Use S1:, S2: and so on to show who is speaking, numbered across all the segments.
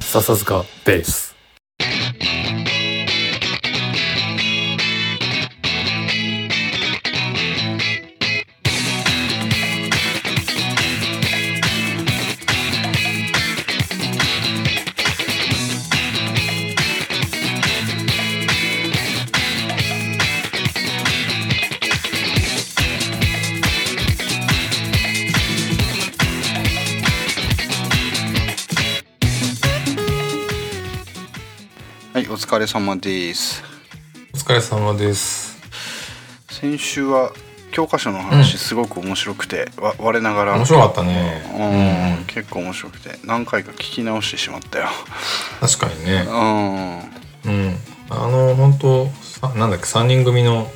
S1: 笹塚ベース
S2: はい、お疲れ様です。
S3: お疲れ様です。
S2: 先週は教科書の話すごく面白くて、わ我ながら、
S3: 面白かったね。
S2: うん、結構面白くて何回か聞き直してしまったよ。
S3: 確かにね
S2: う。ん、
S3: うん。あの、本当さなんだっけ、3人組の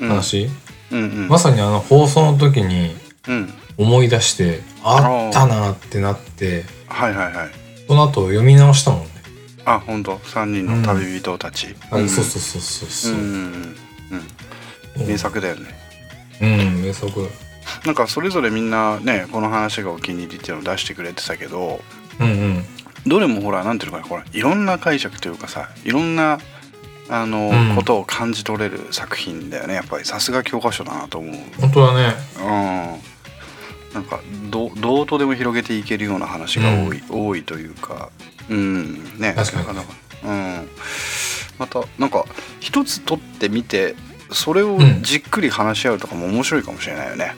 S3: 話、
S2: うんうん
S3: まさにあの放送の時に
S2: うん、
S3: 思い出して、あったなってなって、
S2: はいはいはい。
S3: その後読み直したもんね。
S2: あ、本当三人の旅人たち。
S3: あ
S2: ん
S3: そうそうそうそうそうう。うん
S2: ん、うん、名作だよね。
S3: うん、名作。
S2: なんかそれぞれみんなねこの話がお気に入りっていうのを出してくれてたけど
S3: うんうん。
S2: どれもほらなんていうのかなほらいろんな解釈というかさいろんなあの、
S3: うん
S2: ことを感じ取れる作品だよねやっぱりさすが教科書だなと思う。うん、
S3: 本当だね。
S2: なんかどどうとでも広げていけるような話が多い、多いというか、うんね、
S3: 確かに
S2: ななかうん、またなんか一つ取ってみてそれをじっくり話し合うとかも面白いかもしれないよね。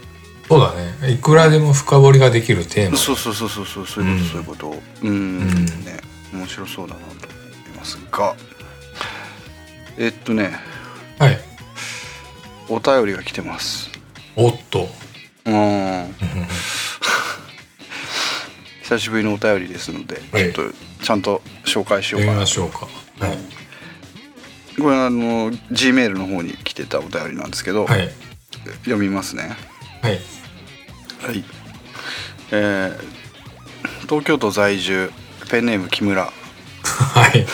S3: そうだね。いくらでも深掘りができるテーマ。
S2: そうそうそうそうそうそういうこと、そういうことうん、
S3: ん
S2: ね面白そうだなと思いますがえっとね
S3: はい。
S2: お便りが来てます
S3: おっと。
S2: うん 久しぶりのお便りですので
S3: はい
S2: ちょっとちゃんと紹介しよう
S3: 読み
S2: かな
S3: ましょうか。はい。
S2: これあの G メールの方に来てたお便りなんですけど、
S3: はい。
S2: 読みますね
S3: はい。
S2: はい、えー東京都在住ペンネーム木村
S3: はい。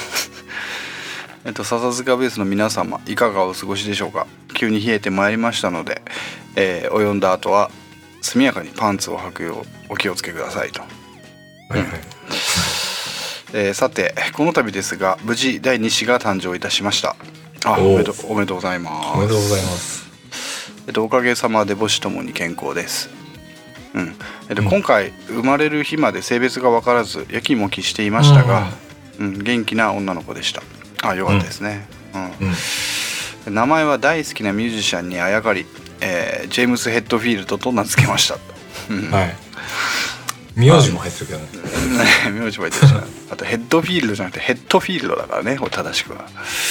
S2: えっと、笹塚ベースの皆様いかがお過ごしでしょうか急に冷えてまいりましたので、えー、及んだ後は速やかにパンツを履くようお気をつけくださいと、
S3: はいはい。
S2: えーさてこの度ですが無事第2子が誕生いたしましたあ
S3: おう
S2: おめでとうおめでとうございます
S3: おめでとうございます。
S2: えっと、おかげさまで母子ともに健康です、うんえっと、今回生まれる日まで性別が分からずやきもきしていましたが、うん元気な女の子でしたあよかったですね、うん名前は大好きなミュージシャンにあやかり、えージェームス・ヘッドフィールドと名付けま した
S3: はい。名字も入ってるけどね。
S2: ね名字も言ってるしなあとヘッドフィールドじゃなくてヘッドフィールドだからねこれ正しくは。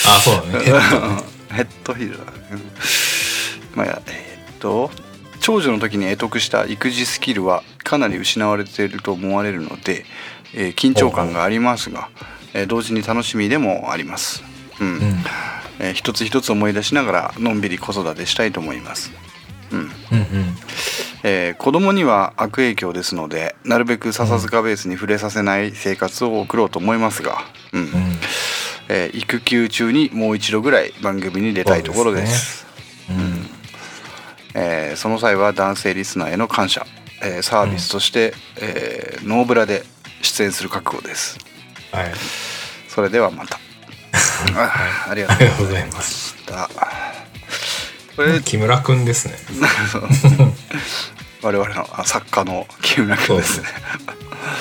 S3: あ、そうだね。 えっと
S2: ヘッドヒールだね。うんまあえっと長女の時に得得した育児スキルはかなり失われていると思われるので、えー緊張感がありますが、えー同時に楽しみでもあります。うんえー一つ一つ思い出しながらのんびり子育てしたいと思います。
S3: うんうん。
S2: えー子供には悪影響ですのでなるべく笹塚ベースに触れさせない生活を送ろうと思いますが、うんえー育休中にもう一度ぐらい番組に出たいところですうんえーその際は男性リスナーへの感謝、えーサービスとして、えーノーブラで出演する覚悟です
S3: はい。
S2: それではま たあありが
S3: あ
S2: と
S3: り
S2: う
S3: がとうご
S2: ござ
S3: ざ
S2: い
S3: います。
S2: ましたこれ
S3: 木村くんですね。
S2: 我々のあ作家の木村君ですね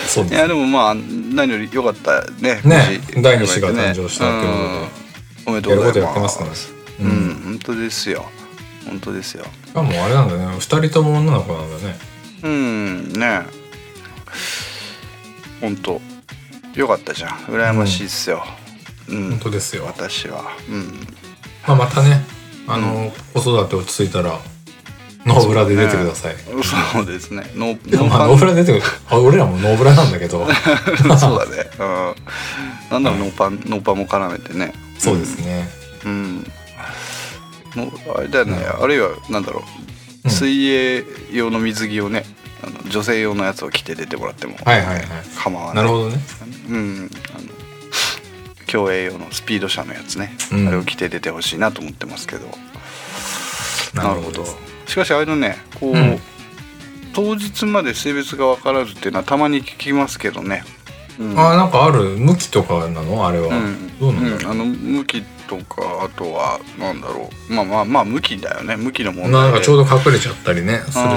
S3: そう
S2: い
S3: です。
S2: やでもまあ何より良かったね。
S3: ね
S2: 無事
S3: 第二子が誕生したという
S2: うんおめで
S3: やる
S2: とうご
S3: こ
S2: ざ
S3: と
S2: い
S3: や
S2: ま
S3: っ
S2: す。
S3: てますから。し
S2: うん本当ですよ。本当ですよ。
S3: かもあれなんだね。二人とも女の子なんだね。
S2: うんね。本当良かったじゃん。羨ましいっすよ。うん、
S3: 本当ですよ。
S2: 私は。うん
S3: まあまたね、あの子育て落ち着いたらノーブラで出てください。
S2: そうですね。ノーノー
S3: まあ
S2: パ
S3: ノーブ
S2: ン
S3: ラ出てくる。あ、俺らもノーブラなんだけど。
S2: そうだね。うん。なんだろうノーパンノーパンも絡めてね。
S3: そうですね。
S2: うん、もうあれだよね、あるいはなんだろう水泳用の水着をねあの女性用のやつを着て出てもらっても
S3: はいはいはい。
S2: 構わ
S3: な
S2: ない、
S3: るほどね。
S2: うんあの競泳用のスピード車のやつね、
S3: うん
S2: あれを着て出てほしいなと思ってますけど
S3: なるほど。
S2: しかしあれのねこう、
S3: ん
S2: 当日まで性別が分からずっていうのはたまに聞きますけどねうん
S3: あなんかある向きとかなのあれは、
S2: うん
S3: どうなんだ
S2: うん
S3: ろ
S2: あの向きとかあとはなんだろうまあまあまあ向きだよね向きの
S3: う、
S2: 問題で
S3: なんかちょうど隠れちゃったりねするっていうよ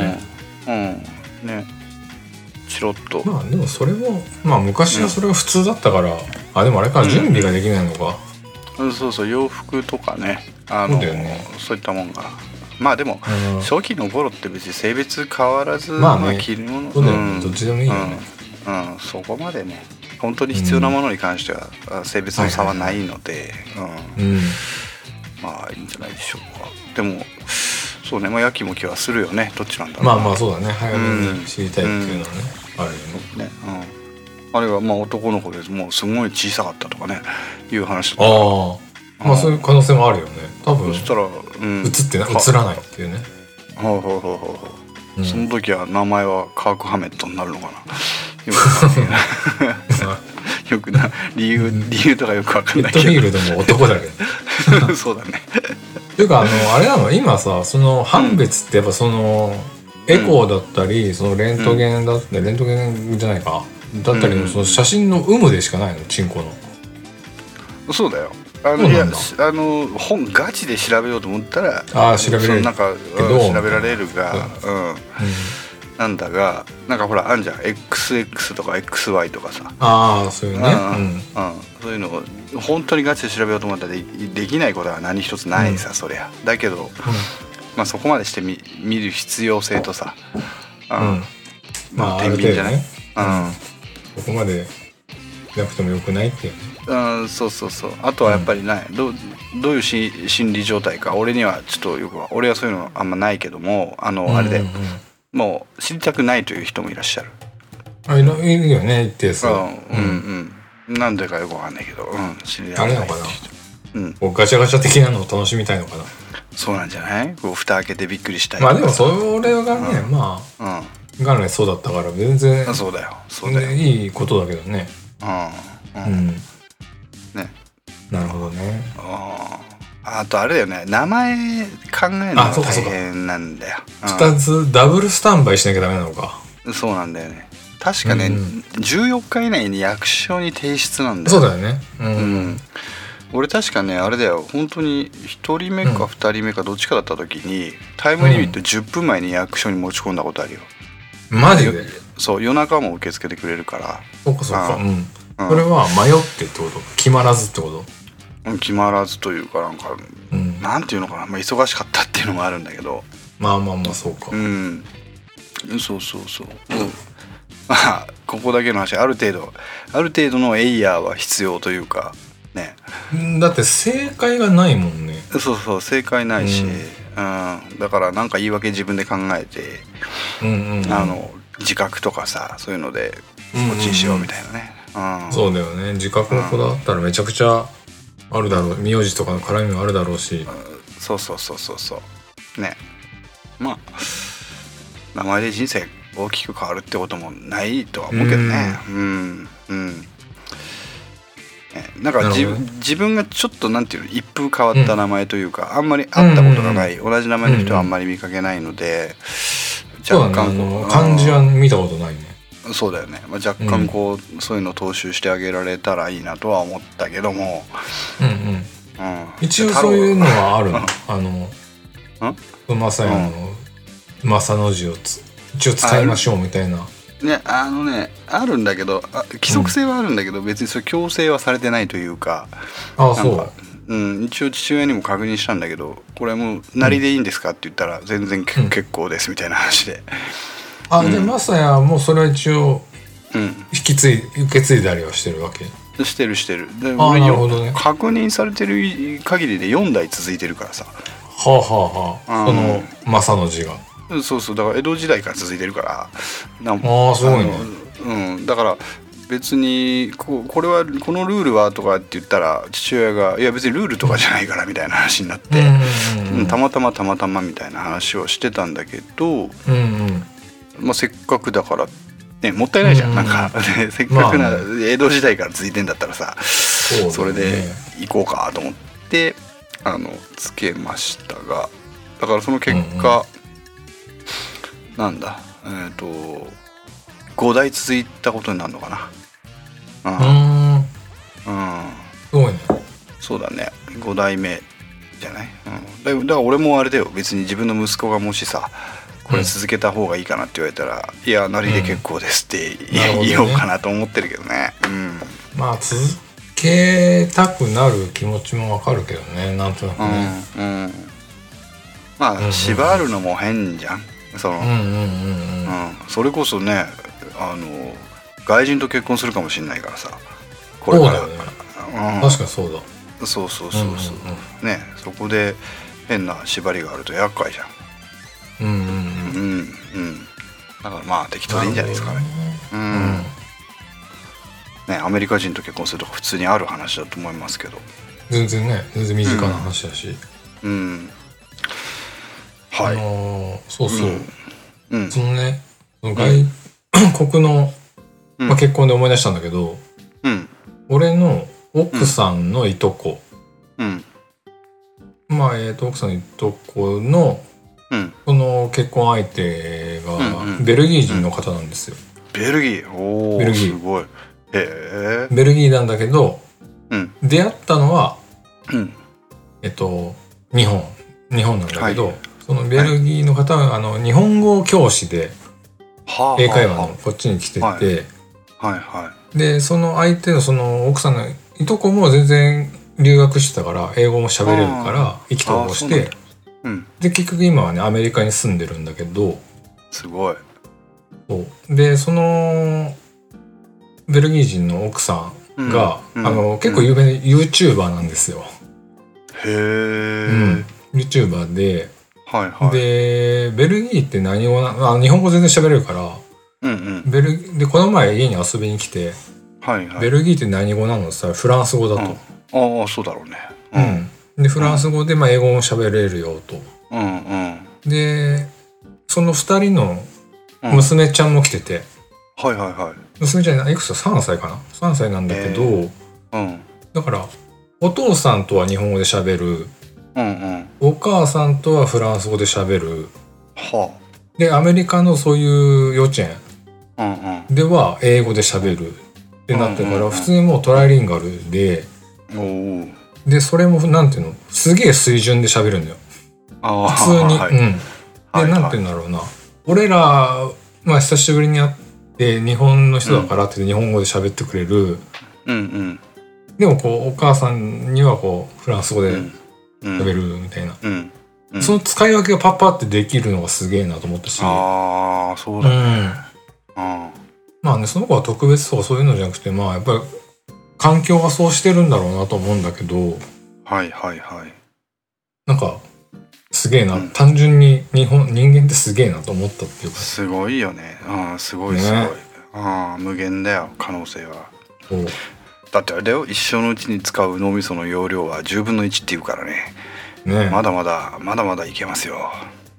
S3: ね
S2: うん、うんねチロッと
S3: まあでもそれもまあ昔はそれが普通だったから、あでもあれか準備ができないのか、
S2: うんそうそう洋服とかねあの
S3: そうだよね
S2: そういったもんがまあでも
S3: うん
S2: 初期の頃って別に性別変わらず、
S3: まあね
S2: 着るもの
S3: そうだよ
S2: う
S3: ね
S2: ん
S3: どっちでもいいよね、
S2: うんうん、そこまでね本当に必要なものに関しては、あ性別の差はないので、
S3: うん
S2: うん、まあいいんじゃないでしょうかでもそうねまあやきもきはするよねどっちなんだろう
S3: まあ
S2: あ
S3: まあそうだね早めに知りたいっていうのはね、あるよね
S2: ね、うん、あるいはまあ男の子でもうすごい小さかったとかねいう話とか
S3: ああまあそういう可能性もあるよね多分映
S2: そしたら、うん、
S3: ってない
S2: か
S3: 映らないっていうね
S2: ほうほうほうほうほう
S3: うん
S2: その時は名前はカーク・ハメットになるのかなよくわかんないけど よくな理由理由とかよくわか
S3: ミ
S2: ん
S3: ッ
S2: ない
S3: ドフィー
S2: け
S3: ルドも男だけど
S2: どそうだね
S3: っていうかあのあれなの今さその判別ってやっぱそのエコーだったりそのレントゲンだったりレントゲンじゃないかだったり
S2: う
S3: の
S2: ん
S3: その写真の有無でしかないのチンコの
S2: そうだよあ
S3: そ
S2: の
S3: う
S2: い
S3: な
S2: や
S3: んだ
S2: しあの本ガチで調べようと思ったら
S3: あー調べれる
S2: そのなんか、うん
S3: けど
S2: 調べられるがうんなんだがなんかほらあんじゃん XX とか XY とかさ
S3: ああそういうねうん
S2: うんうん、そういうのを本当にガチで調べようと思ったらでできないことは何一つないさ、そりゃだけど、まあ、そこまでしてみ見る必要性とさ、う
S3: うんうんまあある程度ねここまでなくてもよくないっていうね
S2: うん、うん、そうそうそうあとはやっぱりない、どうどういうし心理状態か俺にはちょっとよくは俺はそういうのあんまないけどもあのあれで、
S3: うんうんうん
S2: もう知りたくないという人もいらっしゃる
S3: あいろいるよね一定数
S2: うんうんうんなんでかよくわかんないけど、うん、知りた
S3: あ
S2: く
S3: れ
S2: な
S3: ないのかな
S2: うん
S3: こうガチャガチャ的なのを楽しみたいのかな
S2: そうなんじゃないこう蓋開けてびっくりしたいと
S3: ま
S2: か
S3: あでもそれがねまあ
S2: うん
S3: 元来そうだったから全然
S2: あそうだよそうだよ、
S3: ねいいことだけどね
S2: うん
S3: う
S2: うん
S3: ん
S2: ね
S3: なるほどね
S2: あーあとあれだよね名前考えるのが
S3: あそうかそう
S2: 大
S3: か
S2: 変なんだよ
S3: 2つダブルスタンバイしなきゃダメなのか
S2: うん、そうなんだよね確かね、
S3: うん
S2: 14日以内に役所に提出なんだよ
S3: そうだよねう
S2: うんん俺確かねあれだよ本当に1人目か2人目かどっちかだった時に、タイムリミット10分前に役所に持ち込んだことあるよ、
S3: マジで
S2: そう夜中も受け付けてくれるから
S3: そっかそっか
S2: あ
S3: うん
S2: うん
S3: それは迷ってってこと決まらずってこと
S2: うん決まらずというかなんか
S3: うん
S2: なんていうのかな、まあ、忙しかったっていうのもあるんだけど
S3: まあまあまあそうか
S2: うんそうそうそう、うん、まあここだけの話ある程度ある程度のエイヤーは必要というかね
S3: うんだって正解がないもんね
S2: そうそう正解ないし、う
S3: うんん
S2: だからなんか言い訳自分で考えて、
S3: うんうん
S2: あの自覚とかさそういうので
S3: うんうんうん
S2: こっちにしようみたいなね、うん
S3: そうだよね自覚の子だったらめちゃくちゃあるだろう名字とかの絡みもあるだろうし
S2: そうそうそうそうそうねまあ名前で人生大きく変わるってこともないとは思うけどねうんうん、ねなんかじ
S3: なるほど
S2: 自分がちょっとなんていうの一風変わった名前というか、あんまり会ったことがない、同じ名前の人はあんまり見かけないので、
S3: そうだねあ
S2: こ
S3: の
S2: う
S3: 漢字は見たことないね
S2: そうだよね、まあ、若干こう、そういうの踏襲してあげられたらいいなとは思ったけども、
S3: うんうん
S2: うん、
S3: 一応そういうのはあるのあ
S2: ん
S3: のまさやのまさの字をつ一応使いましょうみたいな
S2: ねあのねあるんだけどあ規則性はあるんだけど、別にそれ強制はされてないというか、
S3: ああ
S2: な
S3: そ
S2: ん
S3: う
S2: かうん、一応父親にも確認したんだけど「これもうなりでいいんですか?」って言ったら「全然け、
S3: うん
S2: 結構です」みたいな話で、
S3: あでまさやもそれは一応
S2: うん、
S3: 引き継い受け継いだりはしてるわけ
S2: してるしてるで
S3: あ
S2: 俺
S3: なる
S2: よ
S3: ほどね
S2: 確認されてる限りで4代続いてるからさ
S3: はあはあはあそのまさの字が
S2: うんそうそうだから江戸時代から続いてるからなん
S3: ああすごいね
S2: あのうん、だから別にここれはこのルールはとかって言ったら父親が「いや別にルールとかじゃないから」みたいな話になって、
S3: うん
S2: うんたまたまたまたまみたいな話をしてたんだけど、
S3: うんうん
S2: まあ、せっかくだから、ね、もったいないじゃん、
S3: うん
S2: なんか、ねせっかくな、
S3: まあ
S2: 江戸時代から続いてんだったらさ
S3: そうだ
S2: そ,、
S3: ね
S2: れで行こうかと思ってあのつけましたがだからその結果、なんだえっ、と5代続いたことになるのかなう
S3: うんーん
S2: うん
S3: すごいね
S2: そうだね5代目じゃない、うん、だいぶだから俺もあれだよ別に自分の息子がもしさこれ続けた方がいいかなって言われたら「いやなりで結構です」って言
S3: なるほどね
S2: 言おうかなと思ってるけどねうん
S3: まあ続けたくなる気持ちもわかるけどねなんとなくね、
S2: うんうんまあ縛るのも変じゃんその、
S3: うん、うんうんうん
S2: うん、それこそねあの外人と結婚するかもしれないからさこれか
S3: そ
S2: ら
S3: うだよね
S2: うん
S3: 確かにそうだ
S2: そうそうそうそう,、
S3: うんうん
S2: ねそこで変な縛りがあると厄介じゃん
S3: うんうんうん
S2: うんうんだからまあ適当でいいんじゃないですかね
S3: るほどね
S2: うん、ねアメリカ人と結婚するとか普通にある話だと思いますけど
S3: 全然ね全然身近な話だし、
S2: うん
S3: あ
S2: はい
S3: のーそうそう、
S2: うんうん
S3: そのねその外、 国の、
S2: うん
S3: まあ、結婚で思い出したんだけど、
S2: うん
S3: 俺の奥さんのいとこ、
S2: うん
S3: まあえー、と奥さんのいとこの
S2: うん
S3: その結婚相手が
S2: うんうん
S3: ベルギー人の方なんですよ、
S2: ベルギーお
S3: ベ
S2: お
S3: ルギ
S2: す
S3: ー
S2: ごいへえ
S3: ベルギーなんだけど
S2: うん
S3: 出会ったのは
S2: うん
S3: えっと日本日本なんだけど、
S2: はい
S3: そのベルギーの方は、あの日本語教師で
S2: はあ
S3: 英会話のこっちに来てて、
S2: はいはいは
S3: でその相手のその奥さんのいとこも全然留学してたから英語も喋れるから意気投合し
S2: あーそう
S3: て
S2: なんいうん
S3: で結局今はねアメリカに住んでるんだけど
S2: すごい
S3: そうでそのベルギー人の奥さんが、
S2: うん
S3: あ
S2: うん
S3: の結構有名な YouTuber なんですよ、
S2: へえ、
S3: YouTuber で、
S2: はいはい
S3: でベルギーって何語なあ日本語全然喋れるから
S2: うんうん
S3: ベルでこの前家に遊びに来て、
S2: はいはい
S3: ベルギーって何語なのってさフランス語だと。
S2: ああそうだろうね
S3: うん、でフランス語でまあ英語も喋れるよと。
S2: うんうん
S3: でその2人の
S2: うん
S3: 娘ちゃんも来てて、
S2: はいはいはい
S3: 娘ちゃんいくつか3歳かな3歳なんだけど、
S2: へうん
S3: だからお父さんとは日本語で喋る
S2: うんうん
S3: お母さんとはフランス語で喋る
S2: は
S3: でアメリカのそういう幼稚園
S2: あうんうん
S3: では英語で喋るってなってか
S2: うんうんう
S3: ら
S2: ん
S3: 普通にもうトライリンガルで
S2: おお
S3: でそれもなんていうのすげえ水準で喋るんだよ
S2: あ
S3: 普通に、
S2: は
S3: う
S2: い
S3: んで、なんて言うんだろうな俺ら、まあ、久しぶりに会って日本の人だからって日本語で喋ってくれる、
S2: うんうん
S3: でもこうお母さんにはこうフランス語で
S2: うん
S3: 喋るみたいな、
S2: うんうん
S3: その使い分けがパッパってできるのがすげえなと思ったし、うん、
S2: ああそうだねうん
S3: まあねその子は特別とかそういうのじゃなくてまあやっぱり環境がそうしてるんだろうなと思うんだけど
S2: はいはいはい
S3: なんかすげえな、
S2: うん
S3: 単純に日本人間ってすげえなと思ったっていうか
S2: すごいよねうんすごいすごい
S3: ね
S2: ああ無限だよ可能性は
S3: こう
S2: だってあれだよ一生のうちに使う脳みその容量は10分の1っていうからね
S3: ね
S2: まだまだまだまだいけますよ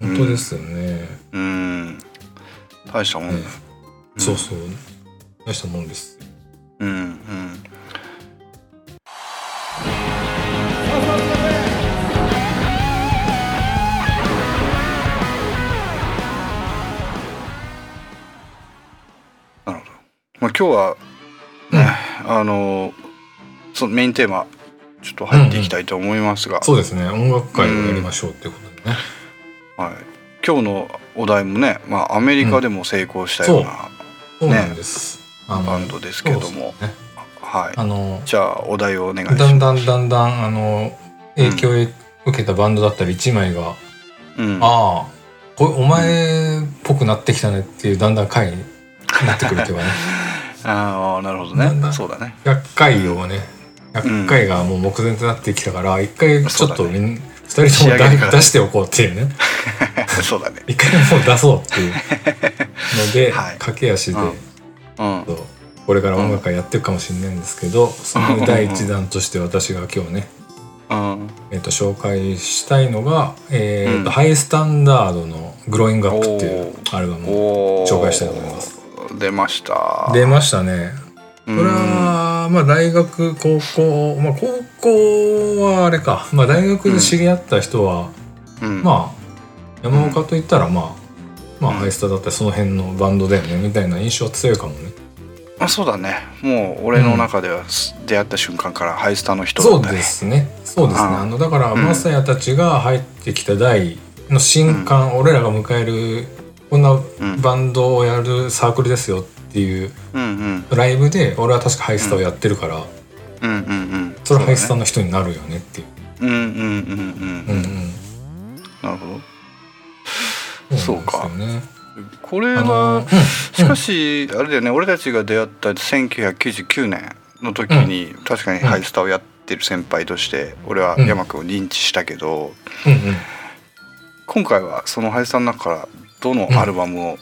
S3: 本当ですよね。
S2: うん大したもんだよん
S3: そうそう。大したもんです。
S2: うんうんなるほどまあ今日はね、あのそのメインテーマちょっと入っていきたいと思いますが、
S3: そうですね。音楽会をやりましょうっていうことでね。
S2: はい、今日のお題もね、まあ、アメリカでも成功したような
S3: そうなんです。あの
S2: バンドですけども、
S3: そうですね
S2: は
S3: あの
S2: い、じゃあお題をお願いします
S3: だんだんだんだんあの影響を受けたバンドだったり一枚が、
S2: うん、
S3: ああこお前っぽくなってきたねっていうだんだん回になってくるとい うかね。
S2: ああなるほど
S3: なん
S2: ね
S3: だ
S2: そうだね
S3: 100回をね。100回がもう目前となってきたから、一回ちょっとみん、二人とも
S2: 仕上げてから
S3: 出しておこうっていうね。
S2: そうだね
S3: 一回もう出そうっていうので、
S2: はい
S3: 駆け足で、
S2: うんうん
S3: そうこれから音楽会やってるかもしれないんですけど、その第一弾として私が今日ね、
S2: うん
S3: えっと紹介したいのが、えーと
S2: うん
S3: ハイスタンダードの「グロイングアップ」っていう
S2: お
S3: アルバム
S2: おー
S3: 紹介したいと思います
S2: 出ました
S3: 出ましたね。
S2: こ
S3: これはまあ大学高校まあ高校はあれか、まあ、大学で知り合った人は、
S2: あ
S3: まあ山岡といったらまあ、まあ
S2: うん
S3: ハイスタだったりその辺のバンドだよねみたいな印象は強いかもね。
S2: あそうだねもう俺の中では出会った瞬間からハイスターの人だ
S3: そ
S2: っ
S3: う
S2: たね
S3: ですねそうですね
S2: うん
S3: あのだから
S2: うん
S3: マサヤたちが入ってきた代の新刊、俺らが迎えるこんなバンドをやるサークルですよっていう
S2: うんうん
S3: ライブで俺は確かハイスタをやってるから、
S2: うんうんうん
S3: それはハイスタ
S2: の
S3: の人になるよねっていう。
S2: うんうんう
S3: う
S2: んうんん
S3: う
S2: なるほど
S3: ん
S2: そうか
S3: なんですよね
S2: これ
S3: あの
S2: は しかしあれだよね俺たちが出会った1999年の時に確かにハイスタをやってる先輩として俺は
S3: うん
S2: 山君を認知したけど
S3: うんうん
S2: 今回はそのハイスタの中からどのアルバムを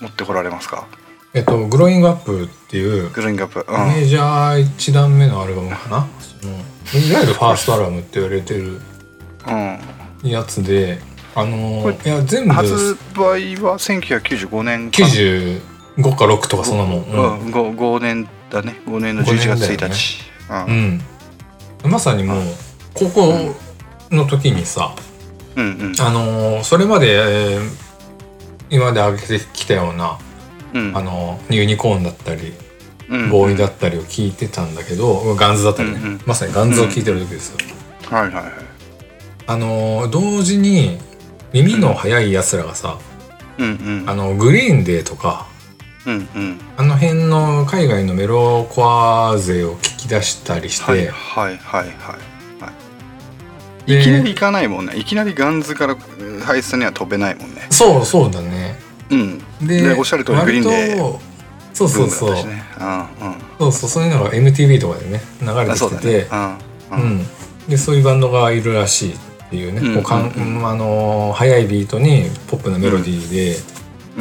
S2: 持ってこられますか
S3: えっと「グローイングアップ」っていう
S2: グリーンギャップうん
S3: メジャー1段目のアルバムかな、そのいわゆるファーストアルバムって言われてる
S2: うん
S3: やつであの
S2: これ
S3: いや全部
S2: 発売は1995年か
S3: 95か6とかそんなもん、
S2: う
S3: うん
S2: ん、5, 年だね5年の
S3: 五年
S2: 11
S3: だ
S2: 月
S3: よ
S2: 1
S3: ね
S2: 日、
S3: まさにもう高校の時にさ、
S2: うん、うんうん
S3: あのーそれまで、えー今まで上げてきたような、
S2: うん
S3: あのーユニコーンだったり
S2: うん
S3: ボーイだったりを聞いてたんだけど、ガンズだったりね、
S2: うんうん
S3: まさにガンズを聞いてる時ですよ、
S2: はいはいはい
S3: あのー同時に耳の速いやつらがさ、
S2: うんうん
S3: あのグリーンデーとか
S2: うんうん
S3: あの辺の海外のメロコア勢を聞き出したりして、
S2: はいはいはいはいは
S3: で
S2: いいきなり行かないもんねいきなりガンズからうんハイスタには飛べないもんね
S3: そうそうだね
S2: うん
S3: で
S2: ねおっしゃる通りグリーンデー
S3: 割とそうそう
S2: ブーム
S3: そ
S2: だ
S3: う
S2: ったしね
S3: そ
S2: う
S3: うそうそういうのが MTV とかでね流れ
S2: んうん
S3: て
S2: あ
S3: き
S2: そう
S3: て
S2: だ
S3: て
S2: ねう
S3: うん
S2: うん
S3: ん、でそういうバンドがいるらしいっていうね、
S2: うん
S3: こうかん
S2: うん
S3: あのー速いビートにポップなメロディーで、
S2: うん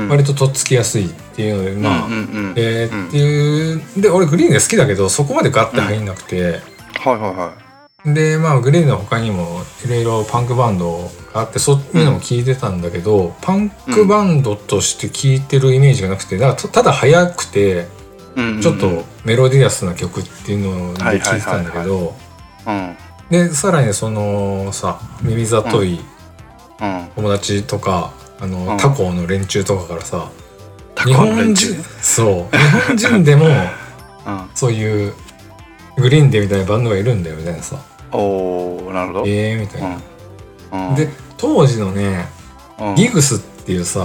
S3: 割ととっつきやすいっていうのでまあ、
S2: うんうんうん
S3: え
S2: う
S3: ー
S2: ん
S3: っていうで俺グリーンで好きだけどそこまでガッて入んなくて、
S2: はいはいは
S3: でまあグリーンの他にもいろいろパンクバンドがあってそういうのも聞いてたんだけど、パンクバンドとして聞いてるイメージがなくてだからとただ速くて
S2: いうんうん
S3: ちょっとメロディアスな曲っていうので聞いてたんだけ
S2: はいはいはい
S3: ど
S2: うん
S3: でさらにそのさ耳ざとい
S2: うん
S3: 友達とか、あの、
S2: うん
S3: 他校の連中とかからさ
S2: タ
S3: 日
S2: コの
S3: 本
S2: 連
S3: 人
S2: 中
S3: そう日本人でも
S2: うん
S3: そういうグリーンデーみたいなバンドがいるんだよみたいなさ
S2: おーなるほど
S3: ええー、みたいな。
S2: うんうん
S3: で当時のね
S2: うん
S3: ギグスっていうさ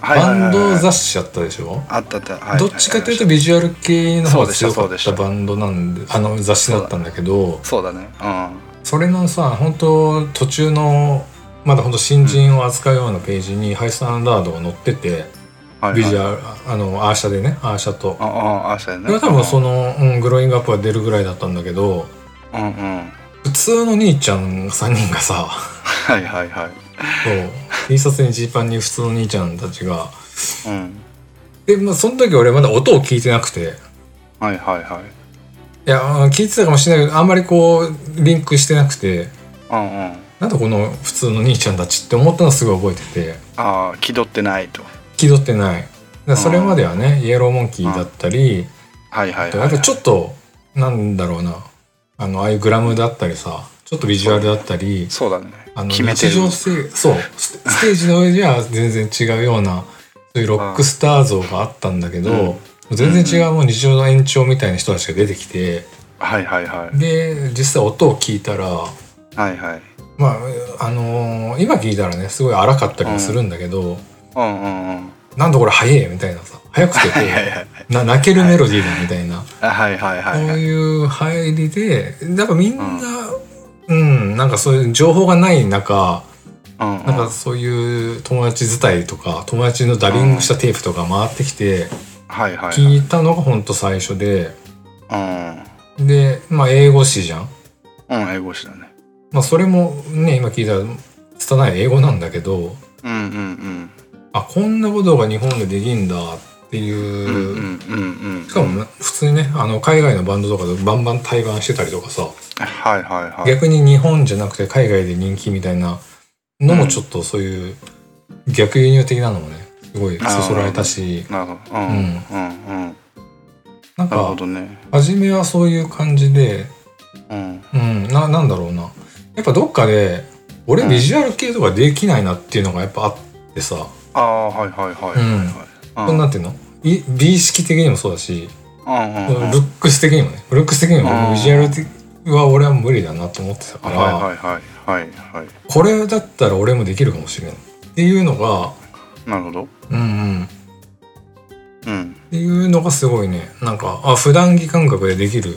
S2: はいはい
S3: バン
S2: はいはい
S3: ド雑誌あったでしょ
S2: あったあった、はい
S3: どっちかというとビジュアル系の方が強か
S2: そうで
S3: っ
S2: した
S3: た
S2: そ
S3: バ
S2: うでした
S3: ンドなんであの雑誌だったんだけど
S2: そうだねうん
S3: それのさ本当途中のまだ本当新人を扱うようなページにハイスタンダードが載ってて
S2: はいはい
S3: ビジュアルあのアーシャでねアーシャと
S2: あああそうや
S3: そ
S2: ね
S3: れは多分その、うん、グローイングアップが出るぐらいだったんだけど
S2: うんうん
S3: 普通の兄ちゃん3人がさ
S2: はいはいはい
S3: そう T シャツにジーパンに普通の兄ちゃんたちが
S2: うん
S3: で、まあ、その時俺まだ音を聞いてなくて
S2: はいはいはい
S3: いやうん聞いてたかもしれないけどあんまりこうリンクしてなくて
S2: うんうん
S3: なんだこの普通の兄ちゃんたちって思ったのすごい覚えてて
S2: ああ気取ってないと
S3: 気取ってないだからそれまではねイエローモンキーだったり
S2: はい
S3: あ
S2: はいはい
S3: と
S2: は
S3: ないんかちょっとなんだろうなあのああいうグラムだったりさちょっとビジュアルだったり
S2: そうだね
S3: あの
S2: 決めて
S3: 日
S2: る
S3: 常性そうステステージの上では全然違うようなそういうロックスター像があったんだけど、
S2: うん
S3: もう全然違うもう日常の延長みたいな人たちが出てきて
S2: はいはいはい
S3: で実際音を聞いたら
S2: はいはい
S3: まああのー今聞いたらねすごい荒かったりもするんだけど、
S2: うんうんうん
S3: なんだこれ早えみたいなさ早くてこ
S2: はいはいはいう
S3: な泣けるメロディーだみたいな、
S2: あはいはいはい
S3: こ
S2: は
S3: う
S2: い
S3: いう入りでだからみんな、うんなんかそういう情報がない中
S2: うんうん
S3: なんかそういう友達伝いとか友達のダビングしたテープとか回ってきて
S2: はいはいはい
S3: 聞いたのがほんと最初で
S2: う
S3: でまあ英語詞じゃん、
S2: んうん英語詞だね
S3: まあ、それもね今聞いたら拙い英語なんだけど
S2: うんうん
S3: あこんなことが日本でできんだってい
S2: うんうんうん
S3: う、
S2: うんうん
S3: しかもな普通にねあの海外のバンドとかでバンバン対バンしてたりとかさ
S2: はいはいはい
S3: 逆に日本じゃなくて海外で人気みたいなのもちょっとそういう逆輸入的なのもねすごいそそられたし
S2: なるほどう
S3: うん
S2: んうんうん
S3: なん
S2: なるほ
S3: か
S2: どね
S3: 初めはそういう感じで、
S2: うん
S3: うん、ななんだろうなやっぱどっかで俺
S2: うん
S3: ビジュアル系とかできないなっていうのがやっぱあってさ、
S2: ああはいはいはいはいはい
S3: うん
S2: うん
S3: そんなんていうのい美意識的にもそうだし
S2: うんうんうん
S3: ルックス的にもねルックス的にもビジュアル的は俺は無理だなと思ってたから、
S2: はいはいはいはいはい
S3: これだったら俺もできるかもしれないっていうのが
S2: なるほど
S3: うんうんっ
S2: うん
S3: ていうのがすごいねなんかあ普段着感覚でできるし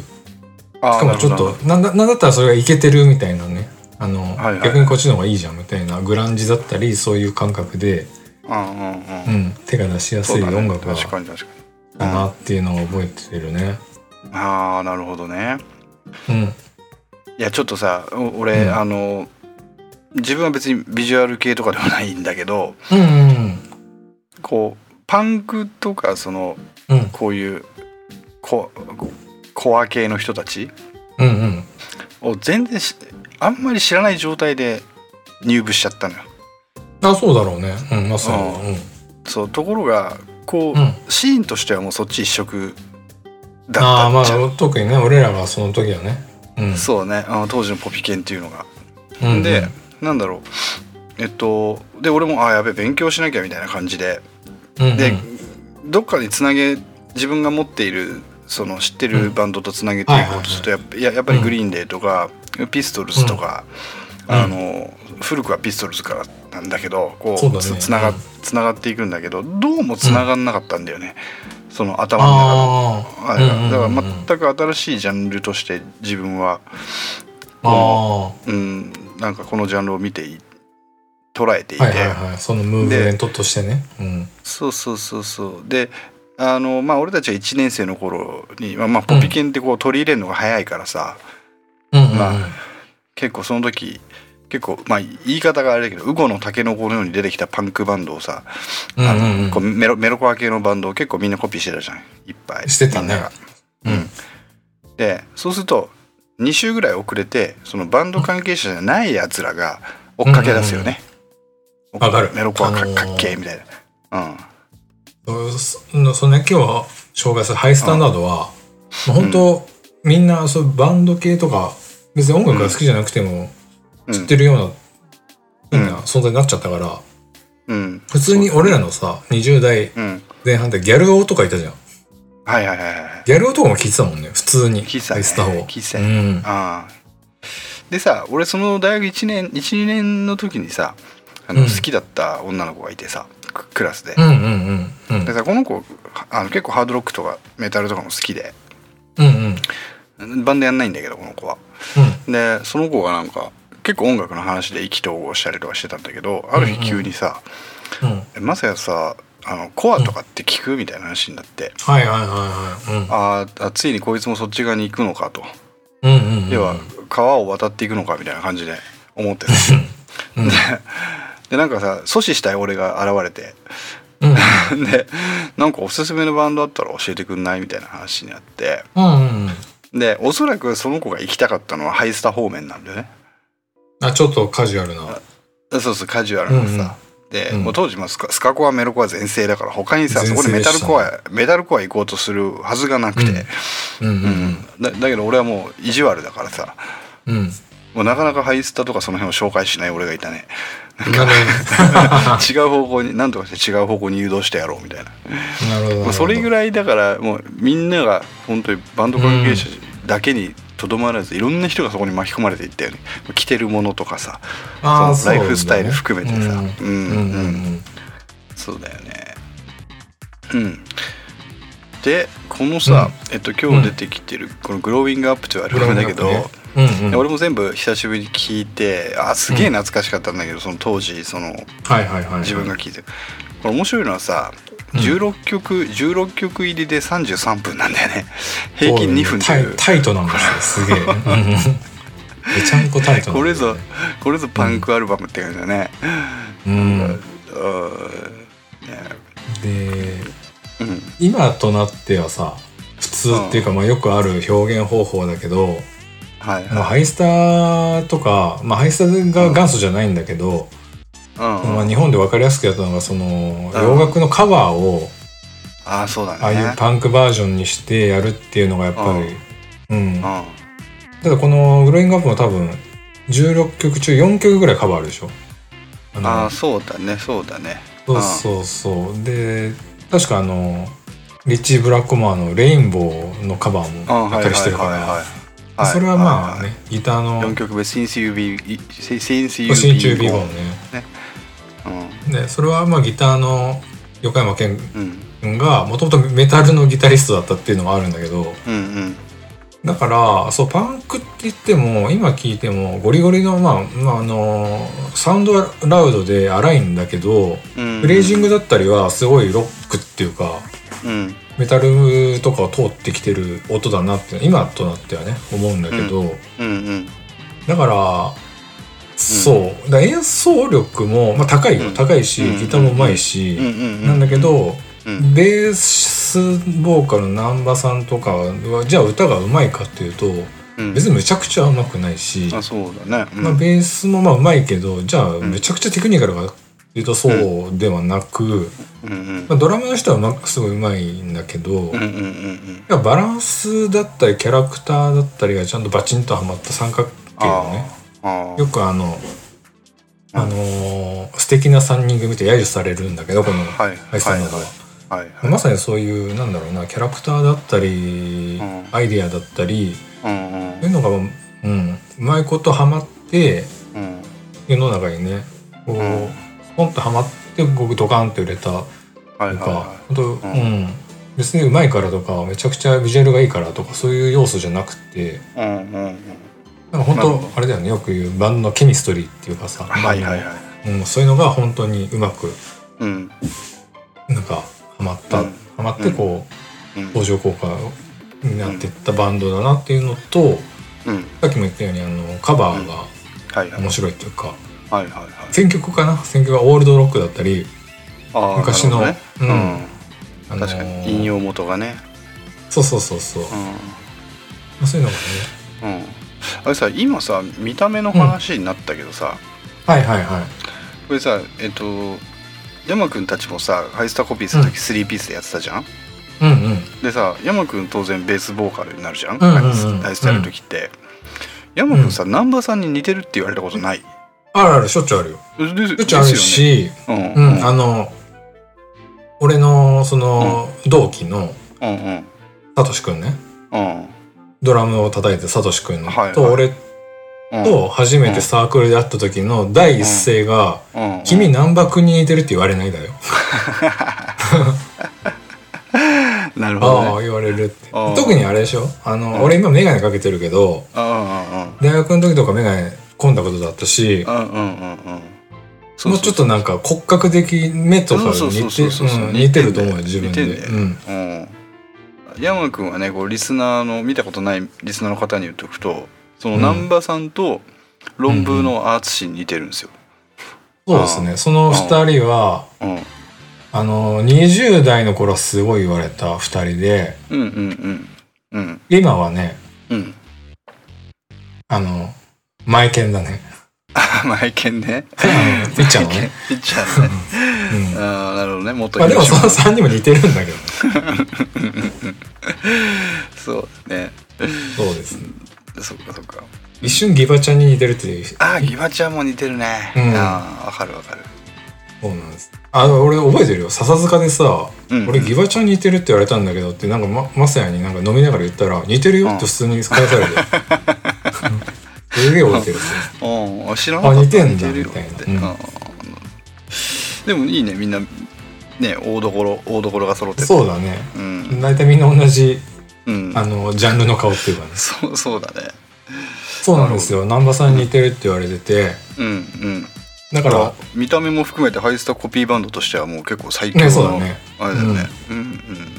S2: あ
S3: かもちょっとなんだなんだったらそれがいけてるみたいなねあの、
S2: はいはい
S3: 逆にこっちの方がいいじゃんみたいなグランジだったりそういう感覚で、
S2: あうんうん
S3: う
S2: うん
S3: ん、手が出しやす
S2: そ
S3: い
S2: うだね
S3: 音楽が
S2: 確かに確か
S3: だなっていうのを覚えてるね。
S2: にああなるほどね
S3: うん
S2: いやちょっとさお俺、
S3: うん
S2: あの自分は別にビジュアル系とかではないんだけど
S3: うんうん
S2: こうパンクとかその
S3: うんうん
S2: こういうココア系の人たち
S3: うんうん
S2: を全然しあんまり知らない状態で入部しちゃったのよ。
S3: あそうだろうねうんまさに
S2: うんそうところがこ
S3: う
S2: う、
S3: ん、うん、
S2: シーンとしてはもうそっち一色だ
S3: ああ
S2: った
S3: ま
S2: じゃん、
S3: あ特にね俺らがその時はねうん
S2: そうねあの当時のポピケンっていうのが。
S3: うんうん
S2: でなんだろうえっとで俺もあやべえ勉強しなきゃみたいな感じで
S3: うんうん
S2: で、どっかにつなげ自分が持っているその知ってるバンドとつなげていこうとするとやっぱいややっぱりグリーンデーとか、ピストルズとか、
S3: うん
S2: あの古くはピストルズからなんだけどこ
S3: そうだ
S2: う
S3: ね
S2: つつなが
S3: うん
S2: つながっていくんだけどどうもつながんなかったんだよね、その頭の中の
S3: ああ
S2: あれがだ
S3: うんうんうんうん
S2: から全く新しいジャンルとして自分は、
S3: あ
S2: うん、なんかこのジャンルを見てい捉えてい
S3: あ
S2: て、
S3: はいはいはいそのムーブメントとしてねうん
S2: そうそうそうそうであのまあ俺たちは1年生の頃に、まあまあ、ポピケンってこう取り入れるのが早いからさ、
S3: うんうんうん
S2: ま結構その時結構まあ言い方があれだけどウゴのタケノコのように出てきたパンクバンドをさ、
S3: うん
S2: あ
S3: う
S2: の
S3: んうん
S2: こうメロメロコア系のバンドを結構みんなコピーしてたじゃんいっぱい
S3: してたね
S2: みんなが
S3: うん
S2: でそうすると2週ぐらい遅れてそのバンド関係者じゃないやつらが追っかけ出すよね、
S3: んわかる
S2: メロコアか,、
S3: あのー
S2: かっけえみたいなうん
S3: そそのね今日は紹介するハイスタンダードはまあ本当みんなそうバンド系とか別に音楽が好きじゃなくても
S2: うん
S3: 知ってるような
S2: うん
S3: 変な存在になっちゃったから
S2: うん
S3: 普通に俺らのさ20代
S2: うん
S3: 前半ってギャル男とかいたじゃん
S2: はいはいはいはい
S3: ギャル男も聞いてたもんね普通に
S2: 聞いてた
S3: ハ
S2: ね
S3: イスタを
S2: 聞いてた
S3: う
S2: ね
S3: ん
S2: ああでさ俺その大学1年12年の時にさあの
S3: うん
S2: 好きだった女の子がいてさ、ククラスで
S3: う、んうんうんうん
S2: でさこの子あの結構ハードロックとかメタルとかも好きで
S3: うんうん
S2: バンドやんないんだけどこの子は
S3: うん
S2: でその子がなんか結構音楽の話で意気投合したりとかしてたんだけどある日急にさ
S3: うん
S2: 「えまさやさあのコアとかって聞く?」みたいな話になって
S3: はいはいはいはい。うん
S2: 「あーあついにこいつもそっち側に行くのか」と
S3: うんうんうん、
S2: 要は川を渡っていくのかみたいな感じで思ってた
S3: うん、
S2: でなんかさ阻止したい俺が現れて
S3: うん
S2: でなんかおすすめのバンドあったら教えてくんないみたいな話になって
S3: うんうん
S2: でおそらくその子が行きたかったのはハイスタ方面なんだよね
S3: あちょっとカジュアルな
S2: そうそうカジュアルなさ、で、
S3: うん
S2: もう当時まあスカスカコアメロコア全盛だから他にさそ
S3: 全
S2: こで
S3: 盛
S2: メ
S3: でした
S2: タルコア、メタルコア行こうとするはずがなくて、
S3: うんうん
S2: うんだだけど俺はもう意地悪だからさ
S3: うん、うん、
S2: もうなかなかハイスタとかその辺を紹介しない俺がいたね
S3: なる
S2: 違う方向に何とかして違う方向に誘導してやろうみたいな
S3: ほどなるほど
S2: まあそれぐ
S3: らい
S2: らいだからもうみんなが本当にバンド関係者だけにとどまらずいろんな人がそこに巻き込まれていったよね着てるものとかさ
S3: あー
S2: そのライフ
S3: そ
S2: ス
S3: うだね
S2: タイル含めてさ
S3: う
S2: うん
S3: うんうんう
S2: うん
S3: ん
S2: そうだよねうんでこのさ、えっと、今日出てきてるこの「グローウィングアップ」というアルバムだけど、
S3: うんうん
S2: 俺も全部久しぶりに聞いてあすげえ懐かしかったんだけど、その当時その
S3: はいはいはい
S2: 自分が聞いてるこれ面白いのはさ
S3: うん
S2: 16曲、16曲入りで33分なんだよね平均2分と
S3: タ
S2: い
S3: イ
S2: う
S3: タイトなんですよすげえうんうんめちゃんこタイトなんだ
S2: これ
S3: よね
S2: ぞこれぞパンクアルバムって感じだね
S3: うんで
S2: うんうん
S3: 今となってはさ普通っていうか、まあ、よくある表現方法だけど、
S2: はい
S3: まあ、
S2: は
S3: ハイスターとか、まあ、ハイスターが元祖じゃないんだけど、
S2: い、
S3: ま
S2: う
S3: あ、
S2: ん、
S3: 日本で分かりやすくやったのがその洋楽のカバーを
S2: ああそうだね
S3: ああいうパンクバージョンにしてやるっていうのがやっぱりうんただこの「グローイングアップ」も多分16曲中4曲ぐらいカバーあるでしょあ
S2: うん、
S3: の
S2: ああそうだねそうだね
S3: そうそうそうで確かあのリッチー・ブラックマーの「レインボー」のカバーもあったりしてるから
S2: ら
S3: それはまあねギターの
S2: 4曲目「Since You Be Since
S3: 「
S2: You
S3: 新中ビ
S2: Be
S3: ゴン
S2: Gone
S3: ね」
S2: うん
S3: でそれはまあギターの横山健
S2: うん
S3: 君がもともとメタルのギタリストだったっていうのもあるんだけど
S2: うんうん
S3: だからそうパンクって言っても今聞いてもゴリゴリのまあ、まあ、あのサウンドはラウドで荒いんだけど
S2: うん
S3: フレージングだったりはすごいロックっていうか
S2: うん
S3: メタルとかを通ってきてる音だなって今となってはね思うんだけど、
S2: うんうん
S3: だからそうだから演奏力も、まあ、高いよ、
S2: うん
S3: 高いし
S2: うん
S3: ギターもうまい
S2: うんう
S3: し、
S2: ん
S3: なんだけど、
S2: うん
S3: ベースボーカルの南波さんとかはじゃあ歌がうまいかっていうと
S2: うん
S3: 別にむちゃくちゃうまくないし、
S2: あそうだねうん
S3: まあ、ベースもまあうまいけどじゃあ
S2: ん
S3: めちゃくちゃテクニカルかっていうとそうではなく、
S2: うんうん
S3: まあ、ドラムの人はうますごいうまいんだけど。
S2: うんうんうん
S3: いやバランスだったりキャラクターだったりがちゃんとバチンとはまった三角形のね
S2: あー
S3: よくあの、あのー素敵な3人組って揶揄されるんだけどこの
S2: はい
S3: 愛さんの中は、
S2: はいはい
S3: まさにそういうなんだろうなキャラクターだったり、
S2: うん
S3: アイディアだったり
S2: うんうん
S3: そういうのが、うん、うまいことはまって
S2: うん
S3: 世の中にねこう、
S2: うん
S3: ポンとはまって僕ドカンと売れた
S2: はいはい
S3: とか
S2: は、
S3: 本当、
S2: う
S3: うんん、別にうまいからとか、めちゃくちゃビジュアルがいいからとか、そういう要素じゃなくて。
S2: いうんうんうん
S3: なんか本
S2: なるほ
S3: 当、あれだよね、よく言うバンドのケミストリーっていうかさ、
S2: はいはいはい
S3: うん、そういうのが本当にうまく、
S2: うん
S3: なんか、はまった、
S2: うん
S3: はまって、こ
S2: う
S3: う、
S2: ん
S3: 相乗効果になってったバンドだなっていうのと。
S2: うん
S3: さっきも言ったように、あの、カバーが
S2: はいはい
S3: 面白いっていうか、
S2: はいはいはい
S3: 選曲かな、選曲がオールドロックだったり、
S2: あー
S3: 昔の
S2: なるほどね
S3: あ
S2: うん
S3: のー
S2: 確かに引。用元がね
S3: そうそうそうそう、ま
S2: う
S3: あそういうのがね。
S2: んうんあれさ今さ見た目の話になったけどさ
S3: はいはいはい。
S2: これさえっと山くんたちもさハイスタコピーする
S3: うん
S2: 時3ピースでやってたじゃん
S3: うんうん。
S2: でさ山くん当然ベースボーカルになるじゃん
S3: うんうんうん
S2: ハイスハイスタやる時って山くんさ南波さんに似てるって言われたことない
S3: あるあるしょっちゅうあるよ。
S2: で
S3: しょっちゅうあるし、
S2: ですよね
S3: う
S2: うん
S3: ん、あの俺のその同期の
S2: うんうん
S3: さとしくんね
S2: うん
S3: ドラムを叩いてさとしくんの
S2: はいはい
S3: と俺
S2: うん
S3: と初めてサークルで会った時の第一声が
S2: うん
S3: 「君難波君に似てる」って言われないだよ。
S2: なるほ
S3: あ
S2: ど
S3: あ
S2: ね
S3: 言われるって
S2: あー
S3: 特にあれでしょあ
S2: うん
S3: の俺今眼鏡かけてるけど
S2: あ
S3: 大学の時とか眼鏡混んだことだったし
S2: あうんうんうんうんうんそ
S3: も
S2: う
S3: うちょっとなんか骨格的目とか
S2: そうそう
S3: 似て
S2: そうそうそう
S3: うん似てると思うよ自分で。
S2: 似てんだよ
S3: うん
S2: うん、山君はねこうリスナーの見たことないリスナーの方に言っておくとその
S3: うん
S2: 難波さんと論文のアーツ誌に似てるんですよ。
S3: そうですねその二人は
S2: うん、うん
S3: あの20代の頃はすごい言われた2人で
S2: うんうんうん
S3: 今はね
S2: うん。
S3: あのマイケンだ ね
S2: あマイケ ンね。
S3: あのピッチャーの ね、
S2: ピッチャーね。
S3: うん
S2: ああなるほどね。元
S3: まあ、でもその
S2: 広島
S3: 3人も似てるんだけど
S2: そうね。
S3: そうですね
S2: そっかそっか。
S3: 一瞬ギバちゃんに似てるっていうそ
S2: ああギバちゃんも似てるね。
S3: うん
S2: ああわかるわかる。
S3: うなんですあの俺覚えてるよ笹塚でさ、
S2: うん
S3: 俺ギバちゃんに似てるって言われたんだけどってなんかままさやになんか飲みながら言ったら似てるよって普通に返さ れて、うんすげえ覚えてる
S2: うん知らなかった
S3: あ似てんだ
S2: るよって
S3: みたいな
S2: うんでもいいねみんなね大どころ大どころが揃ってて
S3: そうだね
S2: うん
S3: 大体みんな同じ
S2: うん
S3: あのジャンルの顔っていうかね
S2: そうそうだね
S3: そうなんですよ南波さんに似てるって言われてて、
S2: うんうん
S3: だか
S2: だからら見た目も含めてハイスタコピーバンドとしてはもう結構最強
S3: ねそう
S2: の
S3: だね
S2: あれだよねうん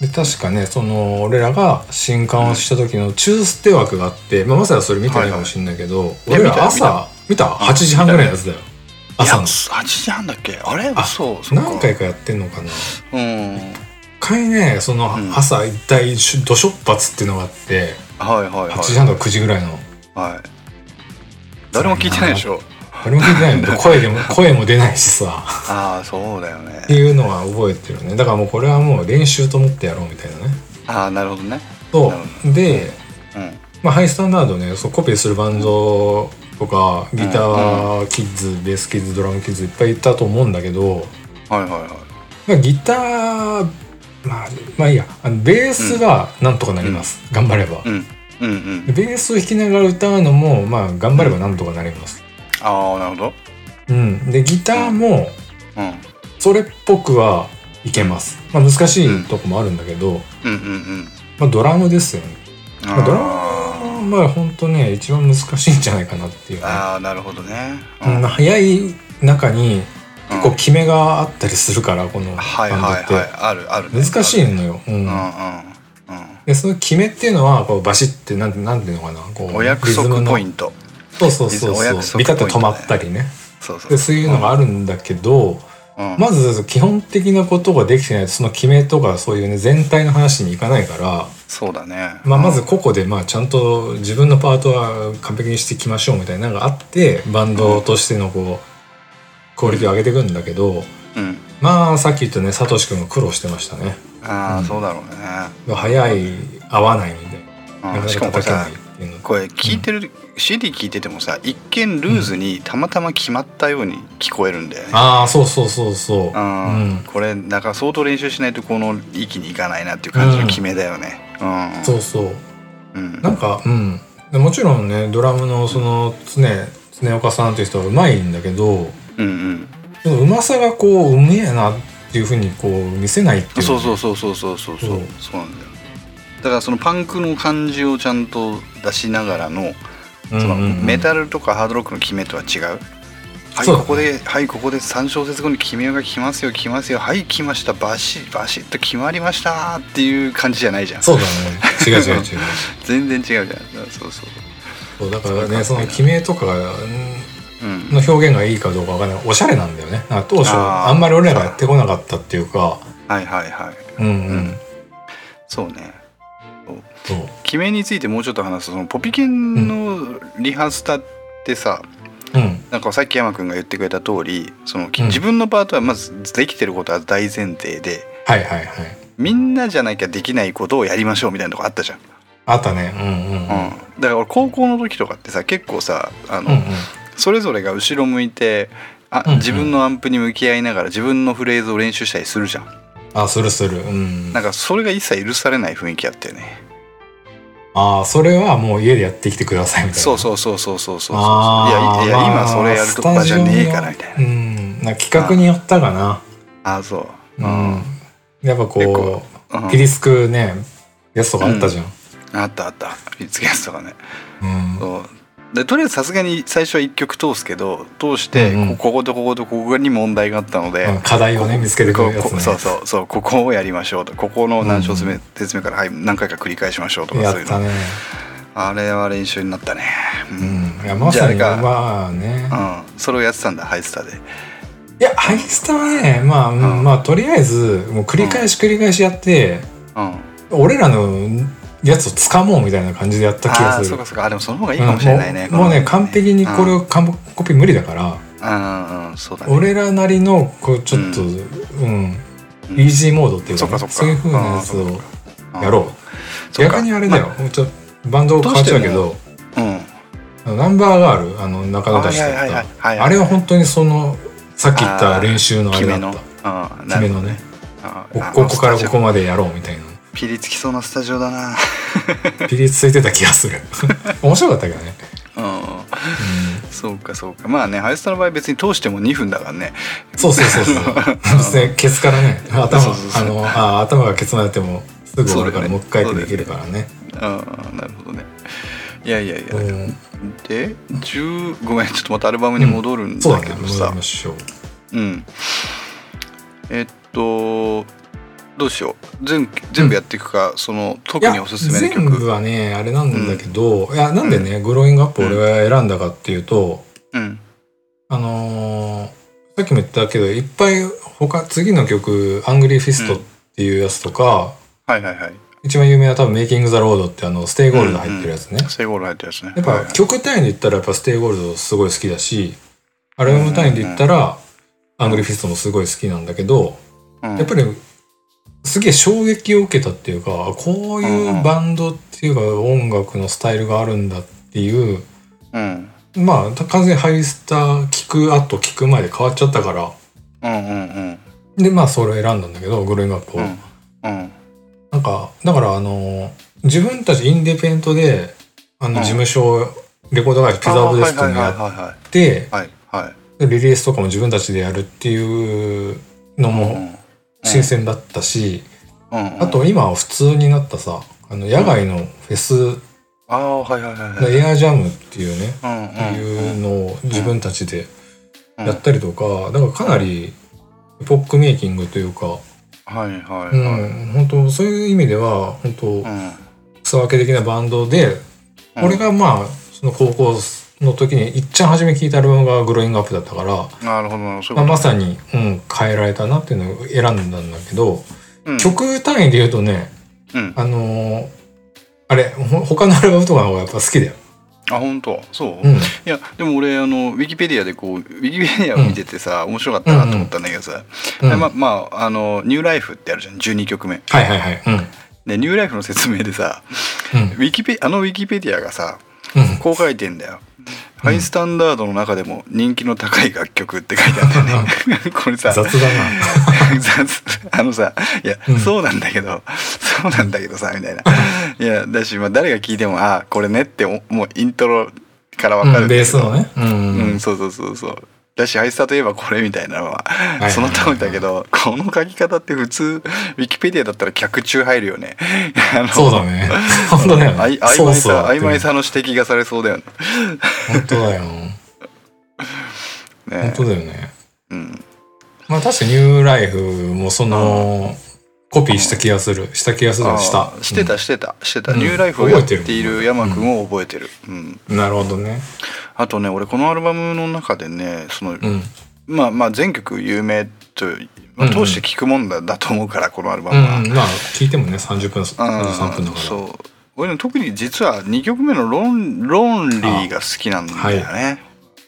S3: で確かねその俺らが新刊をした時の中捨て枠があって、まあ、まさにそれ見てないかもしれないけど、
S2: はい
S3: 俺
S2: いや
S3: ら朝見た8時半ぐらいのやつだよ
S2: うんいや
S3: 朝の
S2: 8時半だっけあれ
S3: あ
S2: そうそう
S3: 何回かやってんのかな
S2: うん
S3: 一回ねその
S2: うん
S3: 朝一体土出発っていうのがあって
S2: はいはい
S3: 8時半
S2: は
S3: とか9時ぐらいの
S2: いはい誰も聞いてないでしょ
S3: 誰も聞いてない の声でも声も出ないしさ
S2: ああそうだよね
S3: っていうのは覚えてるねだからもうこれはもう練習と思ってやろうみたいなね
S2: ああなるほどね
S3: と
S2: なる
S3: で
S2: うん
S3: まあ、ハイスタンダードねそうコピーするバンドとかギター、キッズベースキッズドラムキッズいっぱいいたと思うんだけど、
S2: はいはいはい
S3: まあ、ギターまあ、まあいいやあのベースはなんとかなります、頑張れば、
S2: うんうんうん
S3: でベースを弾きながら歌うのもまあ頑張ればなんとかなります、
S2: ああなるほど
S3: うん、でギターも
S2: うん
S3: それっぽくはいけます、まあ、難しいとこもあるんだけど、
S2: うんうん
S3: まあ、ドラムですよね
S2: うん
S3: まあドラ
S2: あ
S3: まあ本当ね一番難しいんじゃないかなっていうね、
S2: ーあーなるほどね
S3: うん
S2: うん
S3: 早い中に結構
S2: うん
S3: キメがあったりするからこの
S2: はい
S3: バ
S2: は
S3: ン
S2: い
S3: ド
S2: はい
S3: って
S2: あるあるね
S3: 難しいのよ、うん
S2: うんうんうん
S3: でそのキメっていうのはこうバシッてなんてなんていうのかなこう
S2: お約束ポイ
S3: ト
S2: ン
S3: そ
S2: ト
S3: うそうそう
S2: リズムお
S3: そ
S2: 約
S3: う
S2: 束
S3: ビタッと止まったりね
S2: そうそう
S3: でそういうのがあるんだけど、
S2: うん
S3: まず基本的なことができてないとその決めとかそういうね全体の話にいかないから、
S2: そうだね
S3: まあ、まず個々でまあちゃんと自分のパートは完璧にしていきましょうみたいなのがあってバンドとしてのこうクオリティを上げていくんだけど
S2: うん
S3: まあさっき言ったねサトシ君が苦労してましたね
S2: あ
S3: う
S2: あ
S3: ん
S2: そうだろうね
S3: 早い合わないみたいなな
S2: うん
S3: か
S2: し
S3: なか
S2: かもこ
S3: 叩け
S2: れさ
S3: ないっていうの
S2: これ聞いてる CD 聞いててもさ一見ルーズにたまたま決まったように聞こえるんだよね
S3: ああそうそうそうそうう
S2: うん
S3: ん
S2: これだから相当練習しないとこの域にいかないなっていう感じの決めだよねうん
S3: そうそう
S2: うん
S3: なんかうんでもちろんねドラムのその常常岡さんという人はうまいんだけど
S2: うんうん
S3: そのうまさがこううめえなっていうふうにこう見せないっていう
S2: そうそうそうそうそうそうそう
S3: うん
S2: そうなんだよだからそのパンクの感じをちゃんと出しながらの
S3: うん
S2: その
S3: うんうん
S2: メタルとかハードロックの決めとは違う、はい
S3: そうだね
S2: ここではいここで3小節後に決めが来ますよ来ますよはい来ましたバシッバシッと決まりましたっていう感じじゃないじゃん
S3: そうだね違う違う違う
S2: 全然違うじゃんそうそう
S3: そうだからねその決めとかがうん
S2: うん
S3: の表現がいいかどうかわかんないおしゃれなんだよねなんか当初
S2: あー
S3: あんまり俺らがやってこなかったっていうか
S2: はいはいはい
S3: うんう
S2: うんんそうねそう
S3: そう
S2: 決めについてもうちょっと話すとそのポピケンのリハスタってさ、
S3: うん
S2: なんかさっき山君が言ってくれた通りその、
S3: うん
S2: 自分のパートはまずできてることは大前提で
S3: はいはいはい
S2: みんなじゃなきゃできないことをやりましょうみたいなとこあったじゃん、
S3: あったねうんうんうん
S2: うん、だから俺高校の時とかってさ結構さあの、
S3: うんうん
S2: それぞれが後ろ向いてあ、
S3: うんうん
S2: 自分のアンプに向き合いながら自分のフレーズを練習したりするじゃん
S3: あするするうん
S2: なんかそれが一切許されない雰囲気あったよね、
S3: ああそれはもう家でやってきてくださいみたいな
S2: そうそうそうそうそうそうそうい
S3: あー
S2: やいや
S3: まあ
S2: 今それやるとかじゃねえからみたい
S3: スタジオ
S2: な
S3: のうんなんか企画によったかな
S2: ああそう
S3: う
S2: うん
S3: んやっぱ
S2: 結
S3: こ
S2: 構
S3: うピリつくねやつとかあったじゃん
S2: あったあった振り付けやつとかね
S3: うん
S2: そうでとりあえずさすがに最初は1曲通すけど通して、
S3: うんうん
S2: ここことこことここに問題があったので、
S3: うん課題をね見つけてく
S2: こ
S3: るやつ
S2: こ
S3: ね
S2: そうそうそうここをやりましょうとここの難所説明,、
S3: うん
S2: 説明から、はい、何回か繰り返しましょうとか
S3: や
S2: そう
S3: っ
S2: いう
S3: た
S2: の
S3: ね
S2: あれは練習になったねう、
S3: うんんいやまさに
S2: じゃああれか
S3: まあね
S2: うんそれをやってたんだハイスターで
S3: いやハイスタはねまあうん
S2: うん
S3: まあとりあえずもう繰り返し繰り返しやって
S2: うん
S3: 俺らのやつを掴もうみたいな感じでやった気
S2: あ
S3: が
S2: あ
S3: す
S2: そう
S3: る
S2: かそうかあでもその方がいい
S3: うん
S2: かもしれないね、
S3: もうもうね完璧にこれ
S2: を
S3: を完コピー無理だから
S2: うん、うん、そうだね
S3: 俺らなりのこうちょっと、うん
S2: うん
S3: イージーモードっていうか,、ね
S2: そっかそっか
S3: そういう風なやつ
S2: あーそ
S3: を
S2: うん
S3: やろう
S2: そっか
S3: 逆にあれだよ、ちょっとバンドを変わっちゃうけど
S2: まあうん
S3: あのナンバーガールあの中野出して
S2: はいはい
S3: や
S2: は
S3: っ
S2: いはい
S3: たあれは本当にそのさっき言った練習のあ
S2: 決
S3: れだ
S2: め
S3: っ
S2: の
S3: た
S2: うん
S3: 決
S2: な
S3: め
S2: るほ
S3: の
S2: ど
S3: ね
S2: あ
S3: こ
S2: あ
S3: ここから
S2: スタジ
S3: こ
S2: オ
S3: こまでやろうみたい
S2: ピリつきそうなスタジオだな
S3: なピリついてた気がす る面白かったけどね、
S2: うん
S3: う
S2: そうかそうかまあねハイスタの場合別に通しても2分だからね
S3: ん、そうそう そうそうねケツからね頭
S2: そうそうそう
S3: あのあー頭がケツまでやってもすぐ終わるから、
S2: そうだよ
S3: もう一回って
S2: ね
S3: できるからね
S2: うんなるほどねいやいやいや、
S3: うん
S2: で10ごめんちょっとまたアルバムに戻るんだけど
S3: 戻
S2: さ
S3: りましょう。
S2: うん、えっとどうしよう全全部やっていくか、その特におすすめの
S3: 全部
S2: 曲
S3: はねあれなんだけど、いやなんでね、グローイングアップ俺が選んだかっていうと、
S2: うん
S3: あのーさっきも言ったけどいっぱい他次の曲「アングリーフィスト」っていうやつとか、
S2: はいはいはい
S3: 一番有名な多分「メイキング・ザ・ロード」ってあのステイゴールド入ってるやつね、
S2: セイゴール入ったやつね
S3: やっぱ曲単位で言ったらやっぱステイゴールドすごい好きだしアルバム単位で言ったら「アングリーフィスト」もすごい好きなんだけど、
S2: うん
S3: やっぱりすげえ衝撃を受けたっていうかこういうバンドっていうか音楽のスタイルがあるんだっていう
S2: うん
S3: まあ完全にハイスター聞く後聞く前で変わっちゃったから
S2: うんうんうん
S3: でまあそれを選んだんだけどグローイングアップを。
S2: うんうん
S3: なんかだからあの自分たちインディペントであ
S2: う
S3: の
S2: ん
S3: 事務所、レコード会社ピザオブデスクにや
S2: あーはいは
S3: って
S2: いはいはいはいはい
S3: リリースとかも自分たちでやるっていうのも新鮮だったし、
S2: うんうんうん
S3: あと今は普通になったさあの野外のフェス
S2: ああはいはいはい
S3: の
S2: はい
S3: エアジャムっていうね、
S2: うん
S3: っていうのを自分たちで
S2: うん
S3: やったりとか、だからかなりエポックメイキングというか、
S2: はいは
S3: う
S2: いはい
S3: ん、本当そういう意味では本当
S2: うん
S3: 草分け的なバンドで、
S2: うん
S3: 俺がまあその高校の時にいっちゃん初め聞いたアルバムが「グローイングアップ」だったから、
S2: なるほどなるほどそう
S3: まあ、
S2: いうこ
S3: まさに、うん、変えられたなっていうのを選んだんだけど、
S2: とうん
S3: 曲単位で言うとね
S2: うん
S3: あのーあれほ他のアルバムとかの方がやっぱ好きだよ。
S2: あ本当そ
S3: う
S2: う
S3: ん、
S2: いやでも俺あのウィキペディアでこうウィキペディアを見ててさ、面白かったなと思ったんだけどさ、
S3: うん
S2: でままああの「ニューライフってあるじゃん12曲目
S3: はいはいはい。うん
S2: でニューライフの説明でさ
S3: うん
S2: ウィキペあのウィキペディアがさ
S3: うん
S2: こう書いてんだよ、ハイスタンダードの中でも人気の高い楽曲って書いてあるんだよね これさ
S3: 雑だな。
S2: 雑あのさいや、
S3: うん
S2: そうなんだけどそうなんだけどさみたいないやだし、まあ、誰が聞いてもああこれねっておもうイントロから分か
S3: うん、
S2: るんだけど
S3: ベースのね。うん
S2: うん、そうそうそうそう。だし、アイスターといえばこれみたいなのは、
S3: いはい
S2: その通りだけど、この書き方って普通、ウィキペディアだったら客中入るよね。 あの
S3: そうだ ね。本当だよ
S2: あい
S3: ね。
S2: 曖
S3: ソー
S2: 昧
S3: スは
S2: さ、曖昧さの指摘がされそうだよね。
S3: 本当だよ。本
S2: ね
S3: 当だよね。
S2: うん。
S3: まあ確かにニューライフもその、コピーした気がする。した気がする
S2: あー
S3: した。
S2: してた、してた、してた。
S3: うん
S2: ニューライフをやっ
S3: 覚え
S2: て
S3: て
S2: いる山くんを覚えてる。うん。
S3: うん。なるほどね。
S2: あとね、俺このアルバムの中でね、その、
S3: うん。
S2: まあまあ全曲有名という、まあ、
S3: うんうん
S2: 通して聴くもんだだと思うから、このアルバムは。
S3: うん、まあ聞いてもね30分33分だから
S2: そう俺ね特に実は2曲目のロン「ロンリー」が好きなんだよね